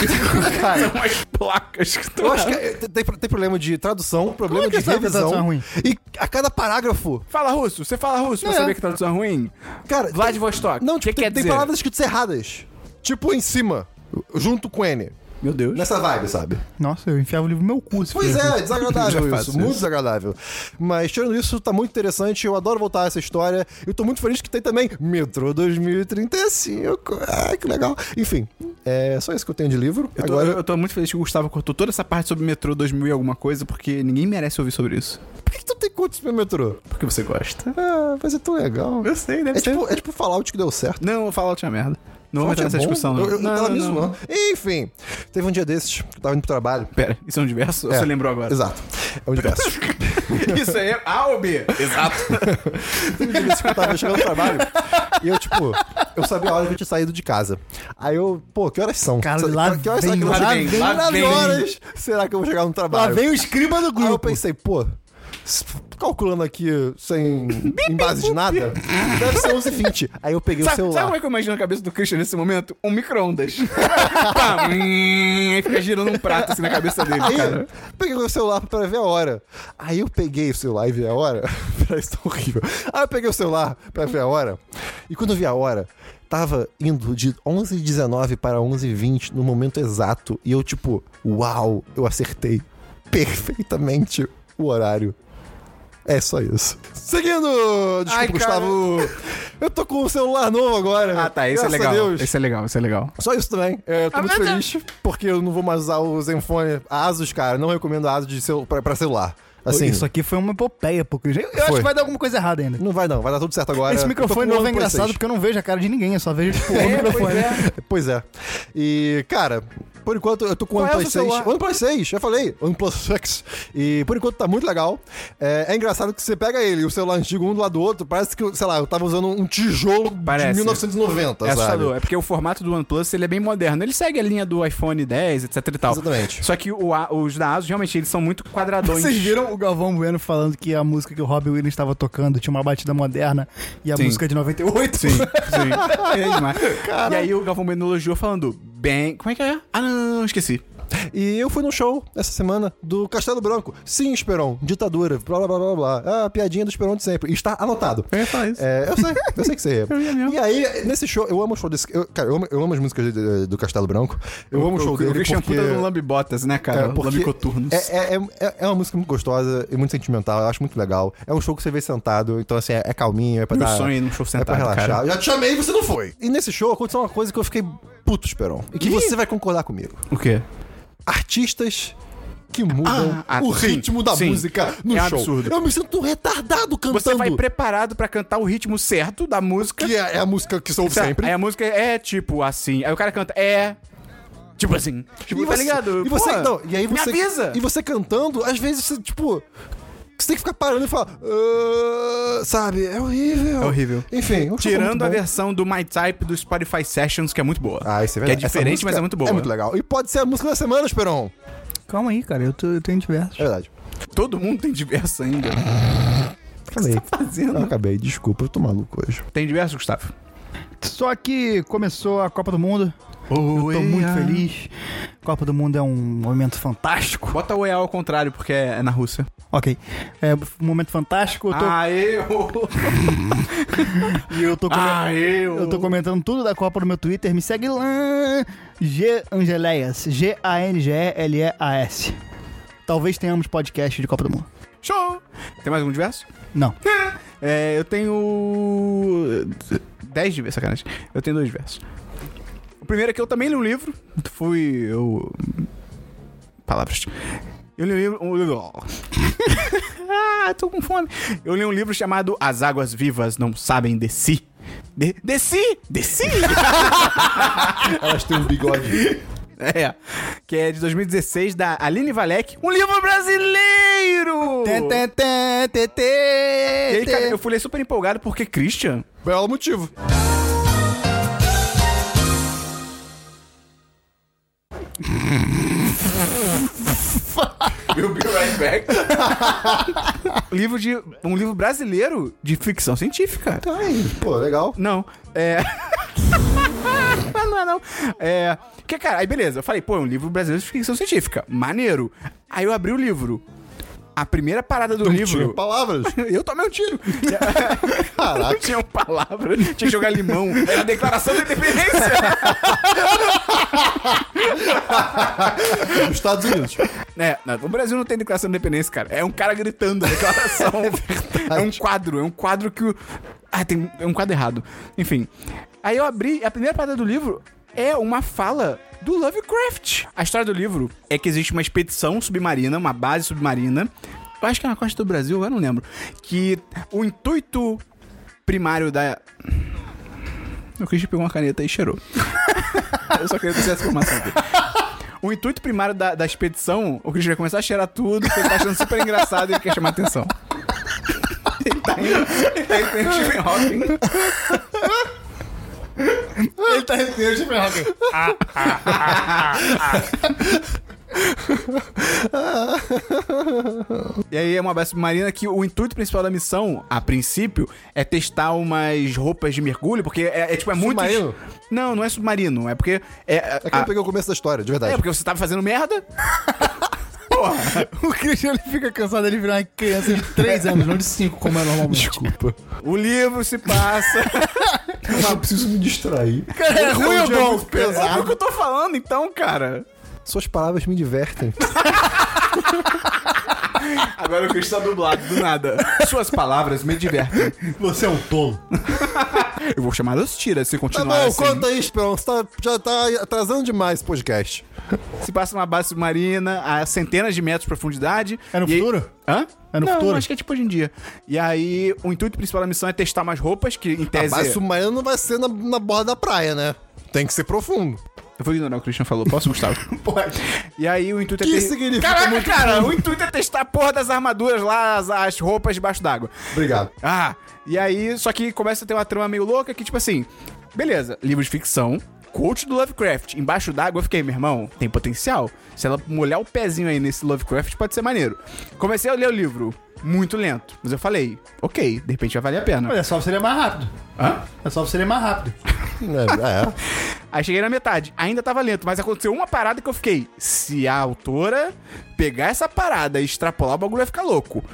S1: São umas placas que tá. estão...
S2: Eu acho que é- tem, tem problema de tradução, problema
S3: Como é que
S2: de
S3: sabe que a
S2: revisão.
S3: tradução é ruim?
S2: E a cada parágrafo,
S1: Fala russo, você fala russo pra
S2: É.
S1: saber que tradução é ruim?
S2: cara.
S1: Vladivostok,
S2: tem- Não,
S1: o que
S2: tipo, tem,
S1: quer
S2: tem
S1: dizer?
S2: palavras escritas erradas. Tipo em cima, junto com N.
S1: Meu Deus.
S2: Nessa vibe, sabe?
S3: Nossa, eu enfiava o livro no meu cu. se
S2: Pois
S3: fosse. assim.
S2: é, desagradável
S1: Já
S2: isso,
S1: faço
S2: muito
S1: isso.
S2: desagradável. Mas tirando isso, tá muito interessante, eu adoro voltar a essa história. Eu tô muito feliz que tem também Metrô 2035. Ai, que legal. Enfim, é só isso que eu tenho de livro.
S1: Eu tô,
S2: Agora,
S1: eu tô muito feliz que o Gustavo cortou toda essa parte sobre metrô 2000 e alguma coisa, porque ninguém merece ouvir sobre isso.
S2: por que, que tu tem contas pro metrô?
S1: Porque você gosta.
S2: Ah, mas é tão legal.
S1: Eu sei, deve
S2: É
S1: ser.
S2: tipo, é tipo Fallout que deu certo.
S1: Não, o Fallout é uma merda. Não vou entrar nessa
S2: Fallout é bom?
S1: discussão, né? não.
S2: Eu, eu,
S1: não,
S2: tava
S1: não,
S2: me
S1: não.
S2: zoando. Enfim, teve um dia desses, eu tava indo pro trabalho.
S1: Pera, isso é um diverso? Ou
S2: É,
S1: Você lembrou agora?
S2: Exato. É um diverso.
S1: isso aí é A ou B? Exato.
S2: Teve um dia desse que eu tava chegando no trabalho e eu, tipo, eu sabia a hora que eu tinha saído de casa. Aí eu, pô, que horas são?
S3: Cara,
S2: Sabe,
S3: lá
S2: que horas será
S3: vem,
S2: que eu vou
S3: lá
S2: chegar?
S1: vem,
S2: Que
S1: lá vem.
S2: horas será que eu vou chegar no
S3: Lá
S2: trabalho?
S3: vem o escriba
S2: Aí Ah,
S3: do
S2: eu
S3: grupo.
S2: pensei, pô, s- calculando aqui sem em base de nada, deve ser 11h20. Aí eu peguei o
S1: Sabe, sabe
S2: celular.
S1: como é que eu imagino a cabeça do Christian nesse momento? Um micro-ondas. Pá, hum, aí fica girando um prato assim na cabeça dele,
S2: Aí, tipo,
S1: cara.
S2: peguei o celular pra ver a hora. Aí eu peguei o celular e vi a hora. Peraí, isso tá horrível. Aí eu peguei o celular pra ver a hora. E quando eu vi a hora, tava indo de 11h19 para 11h20 no momento exato. E eu, tipo, uau, eu acertei perfeitamente o horário. É só isso. Seguindo! Desculpa,
S1: Ai, cara.
S2: Gustavo. Eu tô com um celular novo agora.
S1: Ah, tá, esse
S2: Graças
S1: é
S2: a
S1: legal.
S2: Deus.
S1: Esse é legal, esse é legal.
S2: Só isso também. É,
S1: Ah,
S2: eu tô muito feliz porque eu não vou mais usar o Zenfone a Asus, cara. Não recomendo a Asus de cel pra, pra celular. Assim,
S3: Isso aqui foi uma epopeia pro Cris. Eu eu acho
S2: Foi.
S3: que vai dar alguma coisa errada ainda.
S2: não vai não. Vai dar tudo certo agora.
S3: Esse microfone
S2: Eu tô com
S3: novo é
S2: um OnePlus
S3: engraçado
S2: 6.
S3: porque eu não vejo a cara de ninguém, eu só vejo tipo,
S1: É,
S3: o microfone.
S2: Pois é. E, cara, por enquanto eu tô com o
S1: Qual é o
S2: OnePlus
S1: seu
S2: 6.
S1: celular?
S2: OnePlus 6, já falei. OnePlus 6. E por enquanto tá muito legal. É, é engraçado que você pega ele, o celular antigo, um do lado do outro. Parece que, sei lá, eu tava usando um tijolo
S1: Parece.
S2: de 1990,
S1: É
S2: sabe?
S1: assustador. É porque o formato do OnePlus ele é bem moderno. Ele segue a linha do iPhone 10, etc e tal.
S2: Exatamente.
S1: Só que o A- os da ASUS, realmente, eles são muito quadradões.
S3: Vocês viram o Galvão Bueno falando que a música que o Robbie Williams estava tocando tinha uma batida moderna e a
S1: Sim.
S3: música é de 98?
S1: Sim, sim. É demais. E aí o Galvão Bueno elogiou falando bem... Como é que é? Ah, não, não, não, esqueci.
S2: E eu fui num show essa semana do Castelo Branco. Sim, Esperon, ditadura, blá blá blá blá blá. Ah, piadinha do Esperon de sempre. E Está anotado.
S1: Eu ia falar isso.
S2: É, eu sei, eu sei que você
S1: Eu ia mesmo.
S2: é. E aí, nesse show, eu amo o show desse. Eu, cara, eu amo, eu amo as músicas de- de- do Castelo Branco. Eu amo o show
S1: O
S2: dele.
S1: Christian
S2: porque...
S1: puta do Lambibotas, né, cara?
S2: É, porque
S1: Lambicoturnos.
S2: É, é, é, é uma música muito gostosa e muito sentimental, eu acho muito legal. É um show que você vê sentado, então assim, é, é calminho, é pra
S1: Meu
S2: dar.
S1: sonho é ir num show
S2: é pra
S1: sentado,
S2: relaxar.
S1: cara.
S2: Eu já te chamei e você não foi. E nesse show aconteceu uma coisa que eu fiquei puto, Esperon. E que
S1: Ih!
S2: você vai concordar comigo
S1: O quê?
S2: artistas que mudam
S1: Ah, ah,
S2: o
S1: sim,
S2: ritmo da
S1: sim.
S2: música no
S1: É um
S2: show.
S1: absurdo.
S2: Eu me sinto um retardado cantando.
S1: Você vai preparado pra cantar o ritmo certo da música.
S2: que é, é a música que sou
S1: Tá,
S2: sempre.
S1: Aí a música é tipo assim. Aí o cara canta, é. Tipo assim. Tipo, tá ligado?
S2: E você,
S1: Pô,
S2: não, e aí
S1: me
S2: você
S1: avisa.
S2: E você cantando, às vezes você tipo você tem que ficar parando e falar, "Ah", sabe? É horrível.
S1: É horrível.
S2: Enfim, o show foi muito
S1: Tirando a
S2: bom.
S1: versão do My Type do Spotify Sessions, que é muito boa.
S2: Ah, isso é
S1: Que é
S2: verdade. Essa
S1: diferente, mas é
S2: música
S1: muito boa.
S2: É muito legal. E pode ser a música da semana, Esperon.
S3: Calma aí, cara, eu, tô, eu tenho diversos.
S2: É verdade.
S1: Todo mundo tem diverso ainda. né? O que
S2: Falei.
S1: você tá
S2: Eu
S1: fazendo?
S2: acabei, desculpa, eu tô maluco hoje.
S1: Tem diverso, Gustavo?
S3: Só que começou a Copa do Mundo, eu tô muito feliz. Copa do Mundo é um momento fantástico.
S1: Bota o EA ao contrário, porque é na Rússia.
S3: Ok, é um momento fantástico, eu tô,
S1: Aê!
S3: e eu tô com-
S1: Ah. Aê!
S3: Eu tô comentando tudo da Copa no meu Twitter, me segue lá. G Angeléas, G-A-N-G-E-L-E-A-S. Talvez tenhamos podcast de Copa do Mundo.
S1: Show! Tem mais algum diverso?
S3: Não.
S1: É, eu tenho. 10 diversos, sacanagem. Eu tenho dois diversos. O primeiro é que eu também li um livro. Fui. Eu. Palavras. Eu li um livro. um livro- ah, tô com fome. Eu li um livro chamado As Águas Vivas Não Sabem de Si. De, de si! De si!
S2: Elas têm um bigode.
S1: é. Que é de 2016, da Aline Valek. Um livro brasileiro!
S3: Tê, tê, tê, tê, tê,
S1: E aí, cara,
S3: tê.
S1: eu fui ler super empolgado porque Christian
S2: Belo motivo.
S4: We'll be right back.
S1: livro de um livro brasileiro de ficção científica.
S2: Ai, pô, legal.
S1: Não, é. não é, não. É. Porque, cara, aí beleza, eu falei, pô, é um livro brasileiro de ficção científica. Maneiro. Aí eu abri o livro. A primeira parada do livro.
S2: Tinha palavras.
S1: Eu tomei um tiro.
S2: Caraca.
S1: Não tinha palavra, tinha que jogar limão.
S4: É
S1: Era a declaração da independência.
S2: Nos Estados Unidos.
S1: é, não, o Brasil não tem declaração de independência, cara. É um cara gritando a declaração. é, um quadro, é um quadro que o. Ah, tem. É um quadro errado. Enfim. Aí eu abri, a primeira parada do livro é uma fala do Lovecraft. A história do livro é que existe uma expedição submarina, uma base submarina. Eu acho que é na costa do Brasil, eu não lembro. Que o intuito primário da. O Christian pegou uma caneta e cheirou. eu só queria dizer essa informação aqui. O intuito primário da, da expedição, o Christian vai começar a cheirar tudo, porque ele tá achando super engraçado e ele quer chamar atenção. ele tá indo, ele tá indo que nem o Stephen Hawking.
S3: Ele tá respirando de ferro.
S1: E aí é uma base submarina que o intuito principal da missão, a princípio, é testar umas roupas de mergulho, porque é, é, tipo, é muito.
S2: Submarino?
S1: Não, não é submarino, é porque. É, é,
S2: É que eu peguei o começo da história, de
S1: é
S2: verdade.
S1: porque você tava fazendo merda. Porra!
S3: O Cristiano fica cansado, ele virar uma criança de 3 anos, não de 5, como é normalmente.
S2: Desculpa.
S1: O livro se passa.
S2: Eu preciso me distrair.
S3: Cara, é ruim ou
S2: dia
S3: bom?
S2: muito pesado.
S1: É o que eu tô falando, então, cara.
S2: Suas palavras me divertem.
S1: Agora o Chris tá dublado, do nada. Suas palavras me divertem.
S3: Você é um tolo.
S1: Eu vou chamar as tiras se
S2: Tá
S1: continuar
S2: bom,
S1: assim.
S2: conta aí, Esperão. Você tá- já tá atrasando demais esse podcast.
S1: Se passa numa base submarina a centenas de metros de profundidade.
S3: É no
S1: e aí-
S3: futuro?
S1: Hã?
S3: É no
S1: Não,
S3: futuro?
S1: acho que é tipo hoje em dia. E aí, o intuito principal da missão é testar umas roupas, que em
S2: A
S1: tese...
S2: base submarina não vai ser na, na borda da praia, né? Tem que ser profundo.
S1: Eu vou ignorar o que o Christian falou. Posso, Gustavo?
S3: Pode.
S1: E aí, o intuito
S2: Que
S1: é... te-
S2: significa
S1: Caraca,
S2: muito
S1: cara! O intuito é testar a porra das armaduras lá, as, as roupas debaixo d'água.
S2: Obrigado.
S1: Ah, e aí, só que começa a ter uma trama meio louca que, tipo assim, beleza, livro de ficção, coach do Lovecraft, embaixo d'água, eu fiquei, meu irmão, tem potencial. Se ela molhar o pezinho aí nesse Lovecraft, pode ser maneiro. Comecei a ler o livro, muito lento, mas eu falei, ok, de repente vai valer a pena.
S3: Mas é só você ler mais rápido.
S1: Hã?
S3: É só você ler mais rápido.
S2: É,
S1: Aí cheguei na metade, ainda tava lento, mas aconteceu uma parada que eu fiquei, se a autora pegar essa parada e extrapolar, o bagulho vai ficar louco.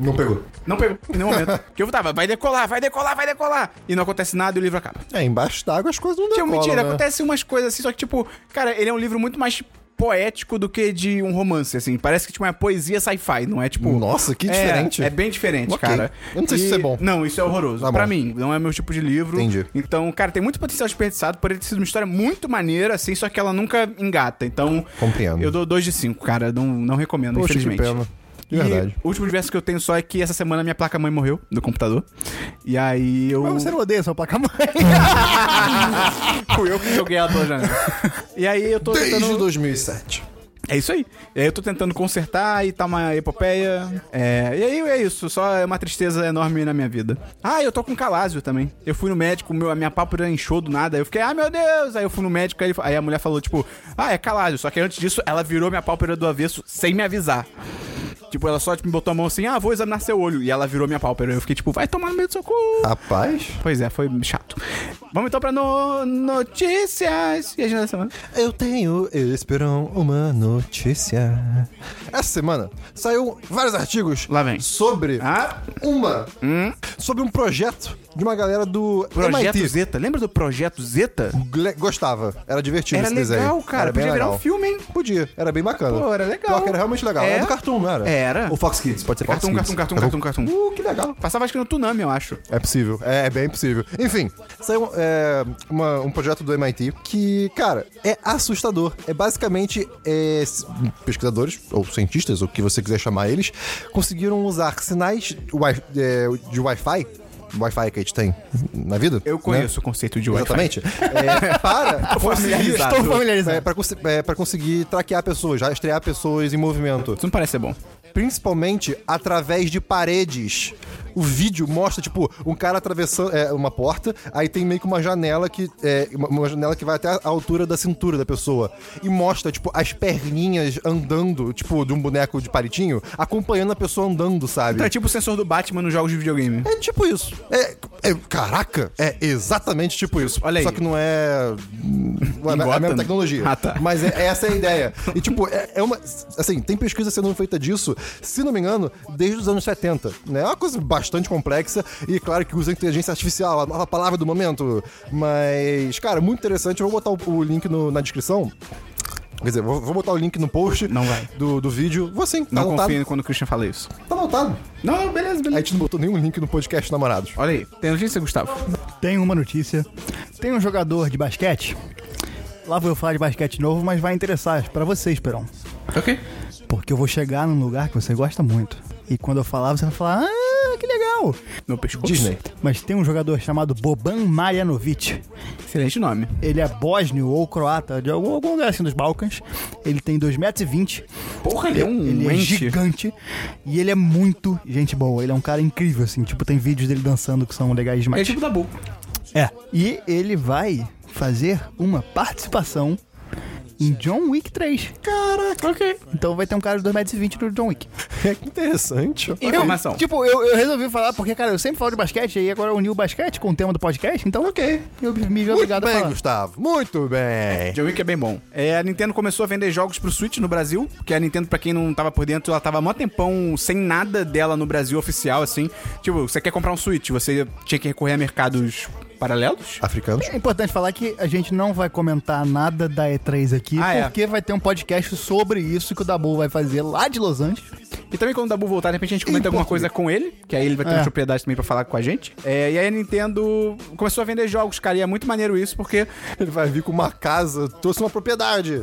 S2: é. Não pegou.
S1: Não pegou em nenhum momento. Porque eu tava, vai decolar, vai decolar, vai decolar. E não acontece nada e o livro acaba.
S2: É, embaixo d'água as coisas não
S1: Tinha
S2: decolam,
S1: mentira,
S2: né?
S1: acontecem umas coisas assim, só que, tipo, cara, ele é um livro muito mais poético do que de um romance, assim. Parece que, tipo, é poesia sci-fi, não é, tipo...
S2: Nossa, que
S1: é,
S2: diferente.
S1: É bem diferente,
S2: Ok.
S1: cara.
S2: Eu não sei se isso é bom.
S1: Não, isso é horroroso.
S2: Tá
S1: pra
S2: bom.
S1: mim, não é meu tipo de livro.
S2: Entendi.
S1: Então, cara, tem muito potencial desperdiçado por ele ter sido uma história muito maneira, assim, só que ela nunca engata. Então,
S2: Compreendo.
S1: eu dou 2 de 5, cara. Não, não recomendo,
S2: Poxa, que
S1: infelizmente.
S2: pena. De
S1: E
S2: verdade.
S1: o último verso que eu tenho só é que essa semana minha placa-mãe morreu do computador. E aí eu.
S3: Mas você não odeia sua placa-mãe.
S1: Fui eu que joguei ela pela janela. E aí eu tô
S2: Desde
S1: tentando.
S2: 2007.
S1: É isso aí. E aí eu tô tentando consertar e tá uma epopeia. É, E aí é isso. Só é uma tristeza enorme na minha vida. Ah, eu tô com calásio também. Eu fui no médico, meu, a minha pálpebra inchou do nada. Eu fiquei, ah, meu Deus. Aí eu fui no médico, aí, ele fa- aí a mulher falou, tipo, ah, é calásio. Só que antes disso, ela virou minha pálpebra do avesso sem me avisar. Tipo, ela só tipo, me botou a mão assim, ah, vou examinar seu olho. E ela virou minha pálpebra. Eu fiquei, tipo, vai tomar no meio do seu cu. Ah,
S2: Rapaz,
S1: Pois é, foi chato. Vamos então pra no- notícias e agenda da semana.
S2: eu tenho, Esperão, uma notícia. Essa semana saiu vários artigos
S1: Lá vem.
S2: sobre
S1: Ah,
S2: uma. Sobre um projeto de uma galera do
S1: Projeto
S2: MIT.
S1: Zeta. Lembra do Projeto Zeta?
S2: Gle- Gostava. Era divertido
S1: Era
S2: esse desenho.
S1: legal, cara.
S2: Era bem
S1: Podia virar
S2: legal.
S1: um filme, hein?
S2: Podia. Era bem bacana.
S1: Pô, era legal.
S2: Porque era realmente legal.
S1: É.
S2: Era do Cartoon, não era?
S1: Era.
S2: O Fox Kids. Pode ser Fox
S1: Cartoon,
S2: Kids.
S1: cartoon, cartoon, cartoon, cartoon.
S2: Uh, que legal.
S1: Passava acho que no Tunami, eu acho.
S2: É possível, é, é bem possível. Enfim, saiu é, uma- um projeto do MIT que, cara, é assustador. É basicamente é, s- pesquisadores, ou cientistas, ou o que você quiser chamar eles, conseguiram usar sinais wi- é, de Wi-Fi, Wi-Fi que a gente tem na vida. né?
S1: Né? Eu conheço o conceito de Wi-Fi.
S2: Exatamente. É, para conseguir,
S1: familiarizado.
S2: estou
S3: familiarizado.
S2: É, para consi- é, para conseguir traquear pessoas, rastrear pessoas em movimento
S1: Isso não parece ser bom.
S2: principalmente através de paredes. O vídeo mostra, tipo, um cara atravessando é, uma porta, aí tem meio que uma janela que. é, uma- uma janela que vai até a altura da cintura da pessoa. E mostra, tipo, as perninhas andando, tipo, de um boneco de palitinho, acompanhando a pessoa andando, sabe?
S1: Então é tipo o sensor do Batman nos jogos de videogame.
S2: É tipo isso. É, é- caraca, é exatamente tipo isso.
S1: Olha aí.
S2: Só que não é. Não é
S1: Em
S2: a
S1: Gotham?
S2: mesma tecnologia.
S1: Ah, tá.
S2: Mas é- essa é a ideia. E, tipo, é, é uma. Assim, tem pesquisa sendo feita disso, se não me engano, desde os anos 70. Né? É uma coisa bastante complexa e, claro, que usa inteligência artificial, a nova palavra do momento. Mas, cara, muito interessante. Eu vou botar o, o link no- na descrição. Quer dizer, vou, vou botar o link no post
S1: Não vai.
S2: Do, do vídeo. Vou sim, tá
S1: Não
S2: anotado.
S1: confio quando o Christian fala isso.
S2: Tá anotado.
S1: Não, não, beleza,
S2: A
S1: beleza.
S2: gente não botou nenhum link no podcast Namorados.
S1: Olha aí, tem notícia, Gustavo?
S3: Tem uma notícia. Tem um jogador de basquete. Lá vou eu falar de basquete novo, mas vai interessar pra vocês, Perão.
S1: Ok.
S3: Porque eu vou chegar num lugar que você gosta muito. E quando eu falar, você vai falar, ah, que legal.
S1: No pescoço.
S2: Disney.
S3: Mas tem um jogador chamado Boban Marjanovic.
S1: Excelente nome.
S3: Ele é bósnio ou croata, de algum, algum lugar assim dos Balcãs. Ele tem 2,20m.
S1: Porra, ele é um
S3: Ele é
S1: ente.
S3: gigante. E ele é muito gente boa. Ele é um cara incrível, assim. Tipo, tem vídeos dele dançando que são legais
S1: É
S3: demais.
S1: tipo da Bull.
S3: É. E ele vai fazer uma participação em John Wick 3.
S2: Caraca, ok.
S3: Então vai ter um cara de 2,20m no John Wick.
S2: É Que interessante.
S1: Informação.
S3: Eu, tipo, eu, eu resolvi falar porque, cara, eu sempre falo de basquete e agora eu uni o basquete com o tema do podcast, então ok. Eu me vi
S2: Muito
S3: obrigado a
S2: bem,
S3: falar.
S2: Gustavo. Muito bem.
S1: John Wick é bem bom. É, a Nintendo começou a vender jogos pro Switch no Brasil, que a Nintendo, pra quem não tava por dentro, ela tava há mó tempão sem nada dela no Brasil oficial, assim. Tipo, você quer comprar um Switch, você tinha que recorrer a mercados paralelos?
S2: Africanos?
S3: É importante falar que a gente não vai comentar nada da E3 aqui,
S1: Ah, é.
S3: porque vai ter um podcast sobre isso que o Dabu vai fazer lá de Los Angeles.
S1: E também quando o Dabu voltar, de repente a gente comenta alguma coisa com ele, que aí ele vai ter
S3: É.
S1: uma propriedade também pra falar com a gente. É, e aí a Nintendo começou a vender jogos, cara, e é muito maneiro isso, porque
S2: Ele vai vir com uma casa, trouxe uma propriedade.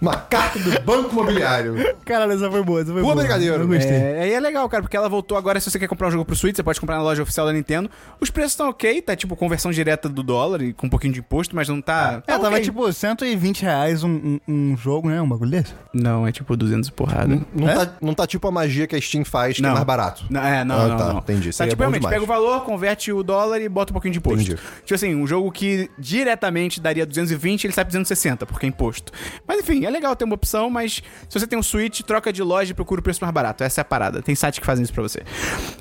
S2: uma carta do Banco Imobiliário.
S3: Caralho, essa foi boa, essa foi
S2: Boa
S3: boa.
S2: brincadeira.
S3: Eu gostei.
S1: É, aí é legal, cara, porque ela voltou agora. Se você quer comprar um jogo pro Switch, você pode comprar na loja oficial da Nintendo. Os preços estão ok, tá tipo conversão direta do dólar e com um pouquinho de imposto, mas não tá.
S3: É, tava
S1: ok.
S3: tipo 120 reais um, um, um jogo, né? Um bagulho desse.
S1: Não, é tipo 200 e porrada.
S2: Não, tá, não tá tipo a magia que a Steam faz, que é
S1: Não.
S2: mais barato.
S1: Não, é, não,
S2: Ah,
S1: não,
S2: tá,
S1: não.
S2: entendi.
S1: Tá,
S2: Seria
S1: tipo,
S2: bom
S1: realmente,
S2: demais.
S1: pega o valor, converte o dólar e bota um pouquinho de imposto.
S2: Entendi.
S1: Tipo assim, um jogo que diretamente daria 220, ele sai pra 260, porque é imposto. Mas enfim, é legal ter uma opção, mas se você tem um Switch, troca de loja e procura o preço mais barato. Essa é a parada. Tem site que fazem isso pra você.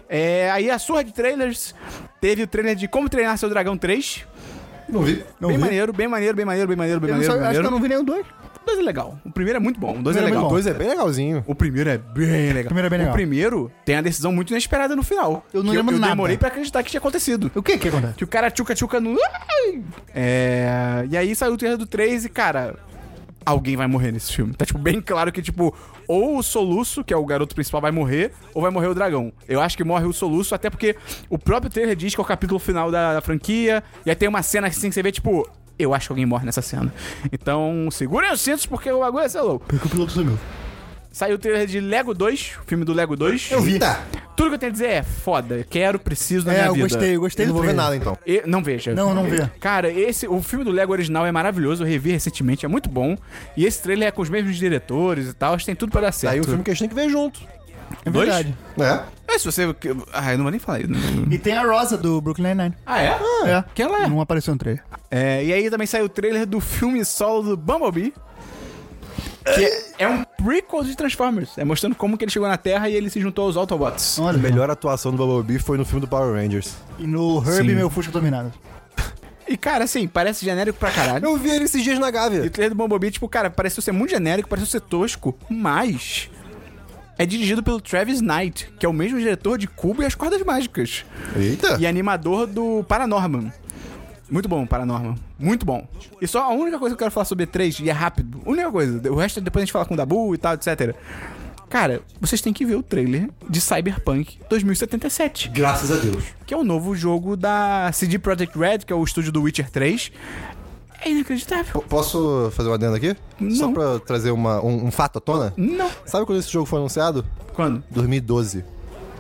S1: É, aí a surra de trailers teve o trailer de Como Treinar Seu Dragão 3.
S2: Não vi.
S3: Não
S1: bem
S3: vi.
S1: maneiro, bem maneiro, bem maneiro, bem maneiro, bem
S3: Eu não
S1: maneiro.
S3: sei,
S1: bem
S3: acho que
S1: maneiro.
S3: eu não vi nenhum dois.
S1: O dois é legal. O primeiro é muito bom. O dois é
S3: Primeiro é
S1: legal.
S2: O 2 é bem legalzinho.
S1: O primeiro é bem legal. O
S3: primeiro é bem legal.
S1: O primeiro tem a decisão muito inesperada no final.
S3: Eu não
S1: Que
S3: lembro
S1: eu,
S3: nada.
S1: demorei pra acreditar que tinha acontecido.
S3: O que que acontece?
S1: Que o cara tchuca-tchuca no... Ai! É... E aí saiu o trailer do 3 e, cara... Alguém vai morrer nesse filme. Tá, tipo, bem claro que, tipo... Ou o Soluço, que é o garoto principal, vai morrer, ou vai morrer o dragão. Eu acho que morre o Soluço, até porque o próprio trailer diz que é o capítulo final da, da franquia. E aí tem uma cena assim que você vê, tipo... Eu acho que alguém morre nessa cena. Então, segurem os cintos, porque o bagulho é ser louco.
S3: Porque o piloto sumiu.
S1: Saiu o trailer de Lego 2, o filme do Lego 2.
S2: Tá.
S1: Tudo que eu tenho a dizer é foda, quero, preciso na
S3: É,
S1: minha
S3: eu
S1: vida.
S3: gostei, eu gostei
S2: Eu não
S3: do
S2: vou ver
S3: trailer.
S2: nada então.
S1: E- não veja.
S3: Não, não
S1: E-
S3: vê.
S1: Cara, esse, o filme do Lego original é maravilhoso, eu revi recentemente, é muito bom. E esse trailer é com os mesmos diretores e tal, acho que tem tudo pra dar certo.
S2: Daí um filme que a gente tem que ver junto.
S3: É
S1: Dois?
S3: verdade. Hum.
S2: É.
S1: É, se você... Ah, eu não vou nem falar isso.
S3: E tem a Rosa do Brooklyn Nine-Nine.
S1: Ah, é?
S3: É.
S1: Que ela é.
S3: Não apareceu no trailer.
S1: É, E aí também saiu o trailer do filme solo do Bumblebee. Que é um prequel de Transformers. É mostrando como que ele chegou na Terra e ele se juntou aos Autobots.
S3: Olha,
S2: A melhor atuação do Bumblebee foi no filme do Power Rangers.
S3: E no Herbie,
S1: Sim.
S3: meu Fusca dominado.
S1: E cara, assim, parece genérico pra caralho.
S2: Eu vi ele esses dias na
S1: E o
S2: Gávea.
S1: trailer do Bumblebee, tipo, cara, pareceu ser muito genérico, pareceu ser tosco, mas. É é dirigido pelo Travis Knight, que é o mesmo diretor de Cubo e as Cordas Mágicas.
S2: Eita!
S1: E animador do Paranorman. Muito bom, Paranorman. Muito bom. E só a única coisa que eu quero falar sobre E3, e é rápido, única coisa, o resto depois a gente fala com o Dabu e tal, etc. Cara, vocês têm que ver o trailer de Cyberpunk 2077
S5: Graças a Deus.
S1: que é o novo jogo da CD Projekt Red, que é o estúdio do Witcher 3. É inacreditável.
S2: P- Posso fazer uma adenda aqui? Só
S1: Não.
S2: pra trazer uma, um, um fato à tona?
S1: Não.
S2: Sabe quando esse jogo foi anunciado?
S1: Quando?
S2: 2012.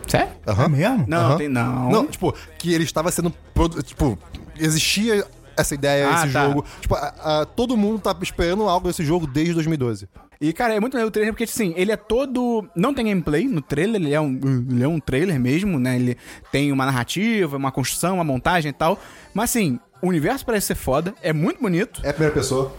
S1: Sério?
S2: Aham.
S3: É mesmo?
S1: Não,
S2: Aham.
S1: tem não.
S2: Não, tipo, que ele estava sendo. produ- Tipo, existia essa ideia,
S1: Ah,
S2: esse
S1: tá.
S2: jogo. Tipo, a- a- todo mundo tá esperando algo desse jogo desde 2012.
S1: E, cara, é muito legal o trailer, porque, assim, ele é todo... Não tem gameplay no trailer, ele é um, ele é um trailer mesmo, né? Ele tem uma narrativa, uma construção, uma montagem e tal. Mas, assim, o universo parece ser foda, é muito bonito.
S2: É a primeira pessoa.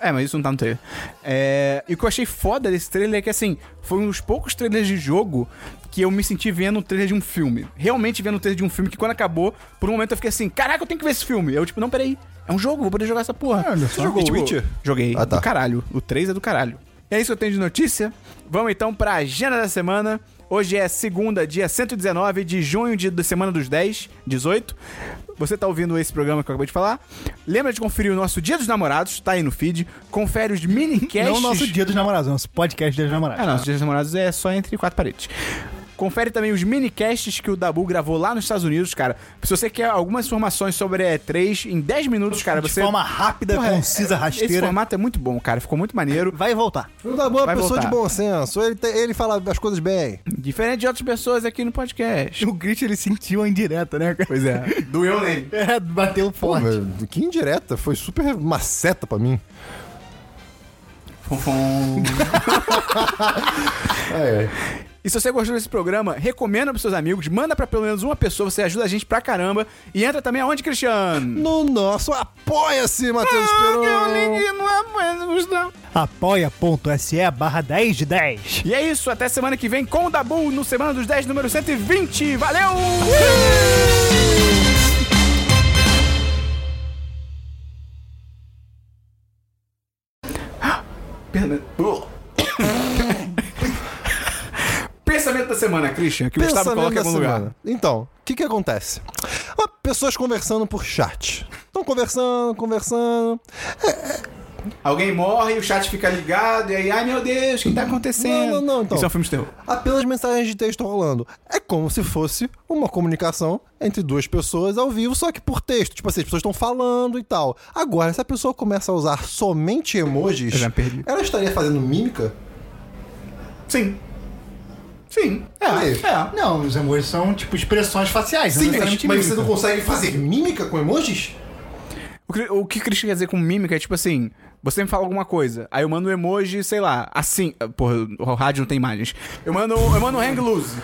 S1: É, mas isso não tá no trailer. É, e o que eu achei foda desse trailer é que, assim, foi um dos poucos trailers de jogo que eu me senti vendo o trailer de um filme. Realmente vendo o trailer de um filme que, quando acabou, por um momento eu fiquei assim, caraca, eu tenho que ver esse filme. Eu, tipo, não, peraí, é um jogo, vou poder jogar essa porra.
S3: É, olha
S1: Você
S3: só.
S1: jogou
S2: Tipo,
S1: o
S2: Witcher?
S1: Joguei.
S2: Ah, tá.
S1: Do caralho. O 3 é do caralho. É isso que eu tenho de notícia. Vamos então pra agenda da semana. Hoje é segunda, dia 119 de junho de, da semana dos 10, 18. Você tá ouvindo esse programa que eu acabei de falar. Lembra de conferir o nosso Dia dos Namorados, tá aí no feed. Confere os minicasts.
S3: Não é o nosso dia dos namorados, nosso podcast dia dos
S1: Ah,
S3: namorados.
S1: não, os Dias dos Namorados é só entre quatro paredes. Confere também os minicasts que o Dabu gravou lá nos Estados Unidos, cara. Se você quer algumas informações sobre a E3 em 10 minutos, cara,
S3: De
S1: você.
S3: forma rápida,
S1: Porra,
S3: concisa,
S1: é- Esse
S3: rasteira.
S1: formato Então tá é muito bom, cara. Ficou muito maneiro.
S3: Vai voltar.
S2: O Dabu é uma
S1: Vai
S2: pessoa
S1: voltar.
S2: de bom senso. Ele, tem- ele fala as coisas bem.
S1: Diferente de outras pessoas aqui no podcast.
S3: O Grit, ele sentiu a indireta, né? cara?
S1: Pois é. Doeu nele.
S3: É, bateu
S2: Pô,
S3: forte.
S2: velho, que indireta. Foi super maceta pra mim. É, é.
S1: E se você gostou desse programa, recomenda pros seus amigos, manda pra pelo menos uma pessoa, você ajuda a gente pra caramba. E entra também aonde, Cristiano?
S2: No nosso Apoia-se, Matheus
S1: Ah,
S2: Peron.
S1: não é mais, não.
S3: Apoia.se barra 10 de 10.
S1: E é isso, até semana que vem com o Dabu no Semana dos 10, número 120. Valeu! Pensamento- Pensamento da semana, Christian, que o Gustavo
S2: Pensamento
S1: coloca em
S2: da
S1: algum lugar.
S2: semana. Então, o que que acontece? Ó, Pessoas conversando por chat. Estão conversando, conversando.
S1: Alguém morre, o chat fica ligado, e aí, ai meu Deus, o que tá acontecendo?
S2: Não, não, não, então.
S1: Isso é um filme de terror.
S2: Apenas mensagens de texto rolando. É como se fosse uma comunicação entre duas pessoas ao vivo, só que por texto. Tipo assim, as pessoas estão falando e tal. Agora, se a pessoa começa a usar somente emojis,
S1: Eu já perdi.
S2: ela estaria fazendo mímica?
S1: Sim. Sim. É,
S2: Aí.
S1: é.
S3: Não, os emojis são, tipo, expressões faciais.
S2: Sim,
S3: não
S2: mas,
S3: necessariamente
S2: mas você
S3: mímica.
S2: não consegue fazer mímica com emojis?
S1: O, Cri- o que o Christian quer dizer com mímica é tipo assim: você me fala alguma coisa, aí eu mando um emoji, sei lá, assim. ah, Porra, o rádio não tem imagens. Eu mando, eu mando um hang loose.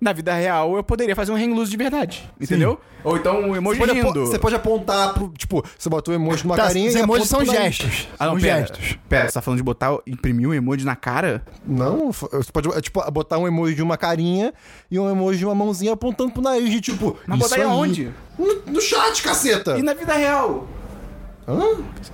S1: Na vida real, eu poderia fazer um hang loose de verdade. Entendeu? Ou então um emoji
S2: Pode apo-
S1: rindo.
S2: Você pode apontar pro. Tipo, você botou um emoji numa
S3: Tá,
S2: carinha
S3: os
S2: e
S3: emojis são
S2: aponta pra-
S3: gestos.
S1: Ah, não,
S3: são
S1: pera.
S3: gestos.
S1: Pera, você tá falando de botar, imprimir um emoji na cara?
S2: Não, f- você pode é, tipo, botar um emoji de uma carinha e um emoji de uma mãozinha apontando pro nariz, de tipo.
S1: Mas
S2: isso
S1: botaria
S2: aí.
S1: onde?
S2: No, no chat, caceta!
S1: E na vida real?
S2: Hã?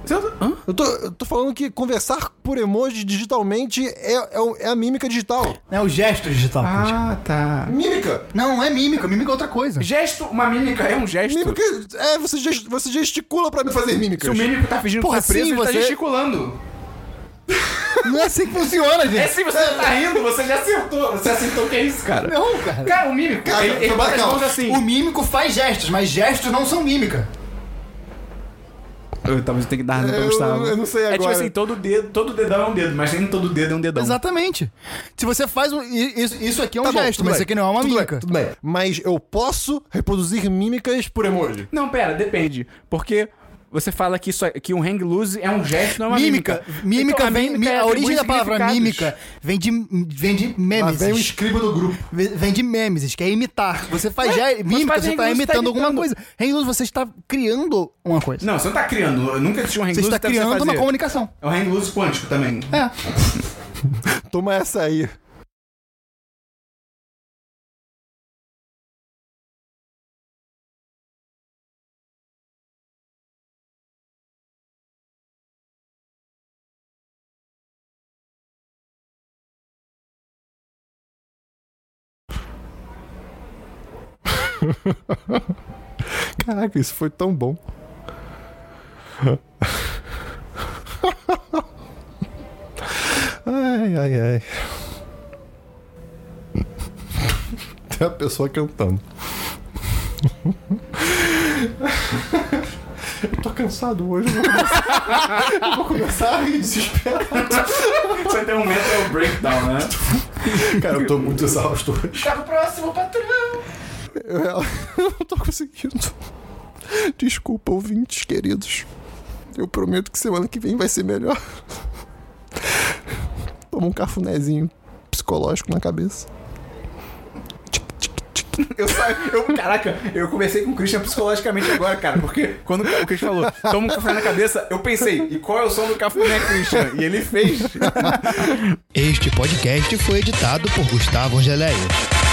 S1: Você não- tá- Hã?
S2: Eu tô, eu tô falando que conversar por emoji digitalmente é, é, o- é a mímica digital.
S3: É o gesto digital. Christian.
S1: Ah, tá.
S2: Mímica!
S3: Não, não é mímica. Mímica é outra coisa.
S1: Gesto, uma mímica é um gesto.
S2: Mímica é, você, gest- você gesticula pra fazer
S1: Se o
S2: mímicas.
S1: mímico tá fingindo
S3: Porra,
S1: que tá preso,
S3: sim,
S1: ele tá
S3: você-
S1: gesticulando.
S3: Não é assim que funciona, gente.
S1: É sim, você tá rindo, você já acertou. Você acertou o que é isso, cara?
S3: Não, cara.
S1: Cara, o mímico,
S2: Cara,
S1: ele, ele
S2: calma,
S1: bota as
S2: calma.
S1: mãos assim.
S3: O mímico faz gestos, mas gestos não são mímica.
S1: Eu, talvez eu tenha que dar razão pra
S2: Eu-
S1: Gustavo.
S2: eu não sei
S1: É tipo
S2: agora.
S1: assim, todo, dedo, todo dedão é um dedo, mas nem todo dedo é um dedão.
S3: Exatamente. Se você faz um. i- Isso, isso aqui é um
S2: Tá bom,
S3: gesto,
S2: tudo
S3: mas
S2: bem,
S3: isso aqui não é uma
S2: tudo
S3: mímica.
S2: Bem, tudo bem. Mas eu posso reproduzir mímicas por emoji.
S1: Não, pera, depende. Porque você fala que, isso, é- que um hang loose é um gesto, não é uma mímica.
S3: Mímica. Mímica
S1: Então,
S3: vem. mi-
S1: é
S3: a origem
S1: atribui
S3: da palavra
S1: significados.
S3: mímica vem de, vem de
S2: Mas
S3: memes.
S2: vem o escriba do grupo.
S3: Ve- Vem de memes, que é imitar. Você faz já é
S1: você
S3: mímica,
S1: faz
S3: você
S1: Hang
S3: está
S1: Loose, tá
S3: imitando alguma
S1: imitando.
S3: coisa. Renglus, você está criando uma coisa.
S1: Não, você não tá criando. Eu nunca tinha um hang
S3: você
S1: loose.
S3: está
S1: até você
S3: criando uma
S1: fazer.
S3: comunicação.
S1: É um hang loose quântico também.
S3: É.
S2: Toma essa aí. Caraca, isso foi tão bom. Ai, ai, ai. Tem a pessoa cantando. Eu tô cansado hoje. Eu vou começar, eu vou começar a me desesperar.
S1: Você tem um momento é o breakdown, né?
S2: Cara, eu tô muito exausto hoje.
S1: Chega o próximo, patrão!
S2: Eu, real- eu não tô conseguindo. Desculpa, ouvintes queridos. Eu prometo que semana que vem vai ser melhor. Toma um cafunézinho psicológico na cabeça.
S1: Eu, sa- eu, caraca, eu comecei com o Christian psicologicamente agora, cara, porque quando o Christian falou, toma um café na cabeça, eu pensei, e qual é o som do cafuné, Christian? E ele fez.
S5: Este podcast foi editado por Gustavo Angeléia.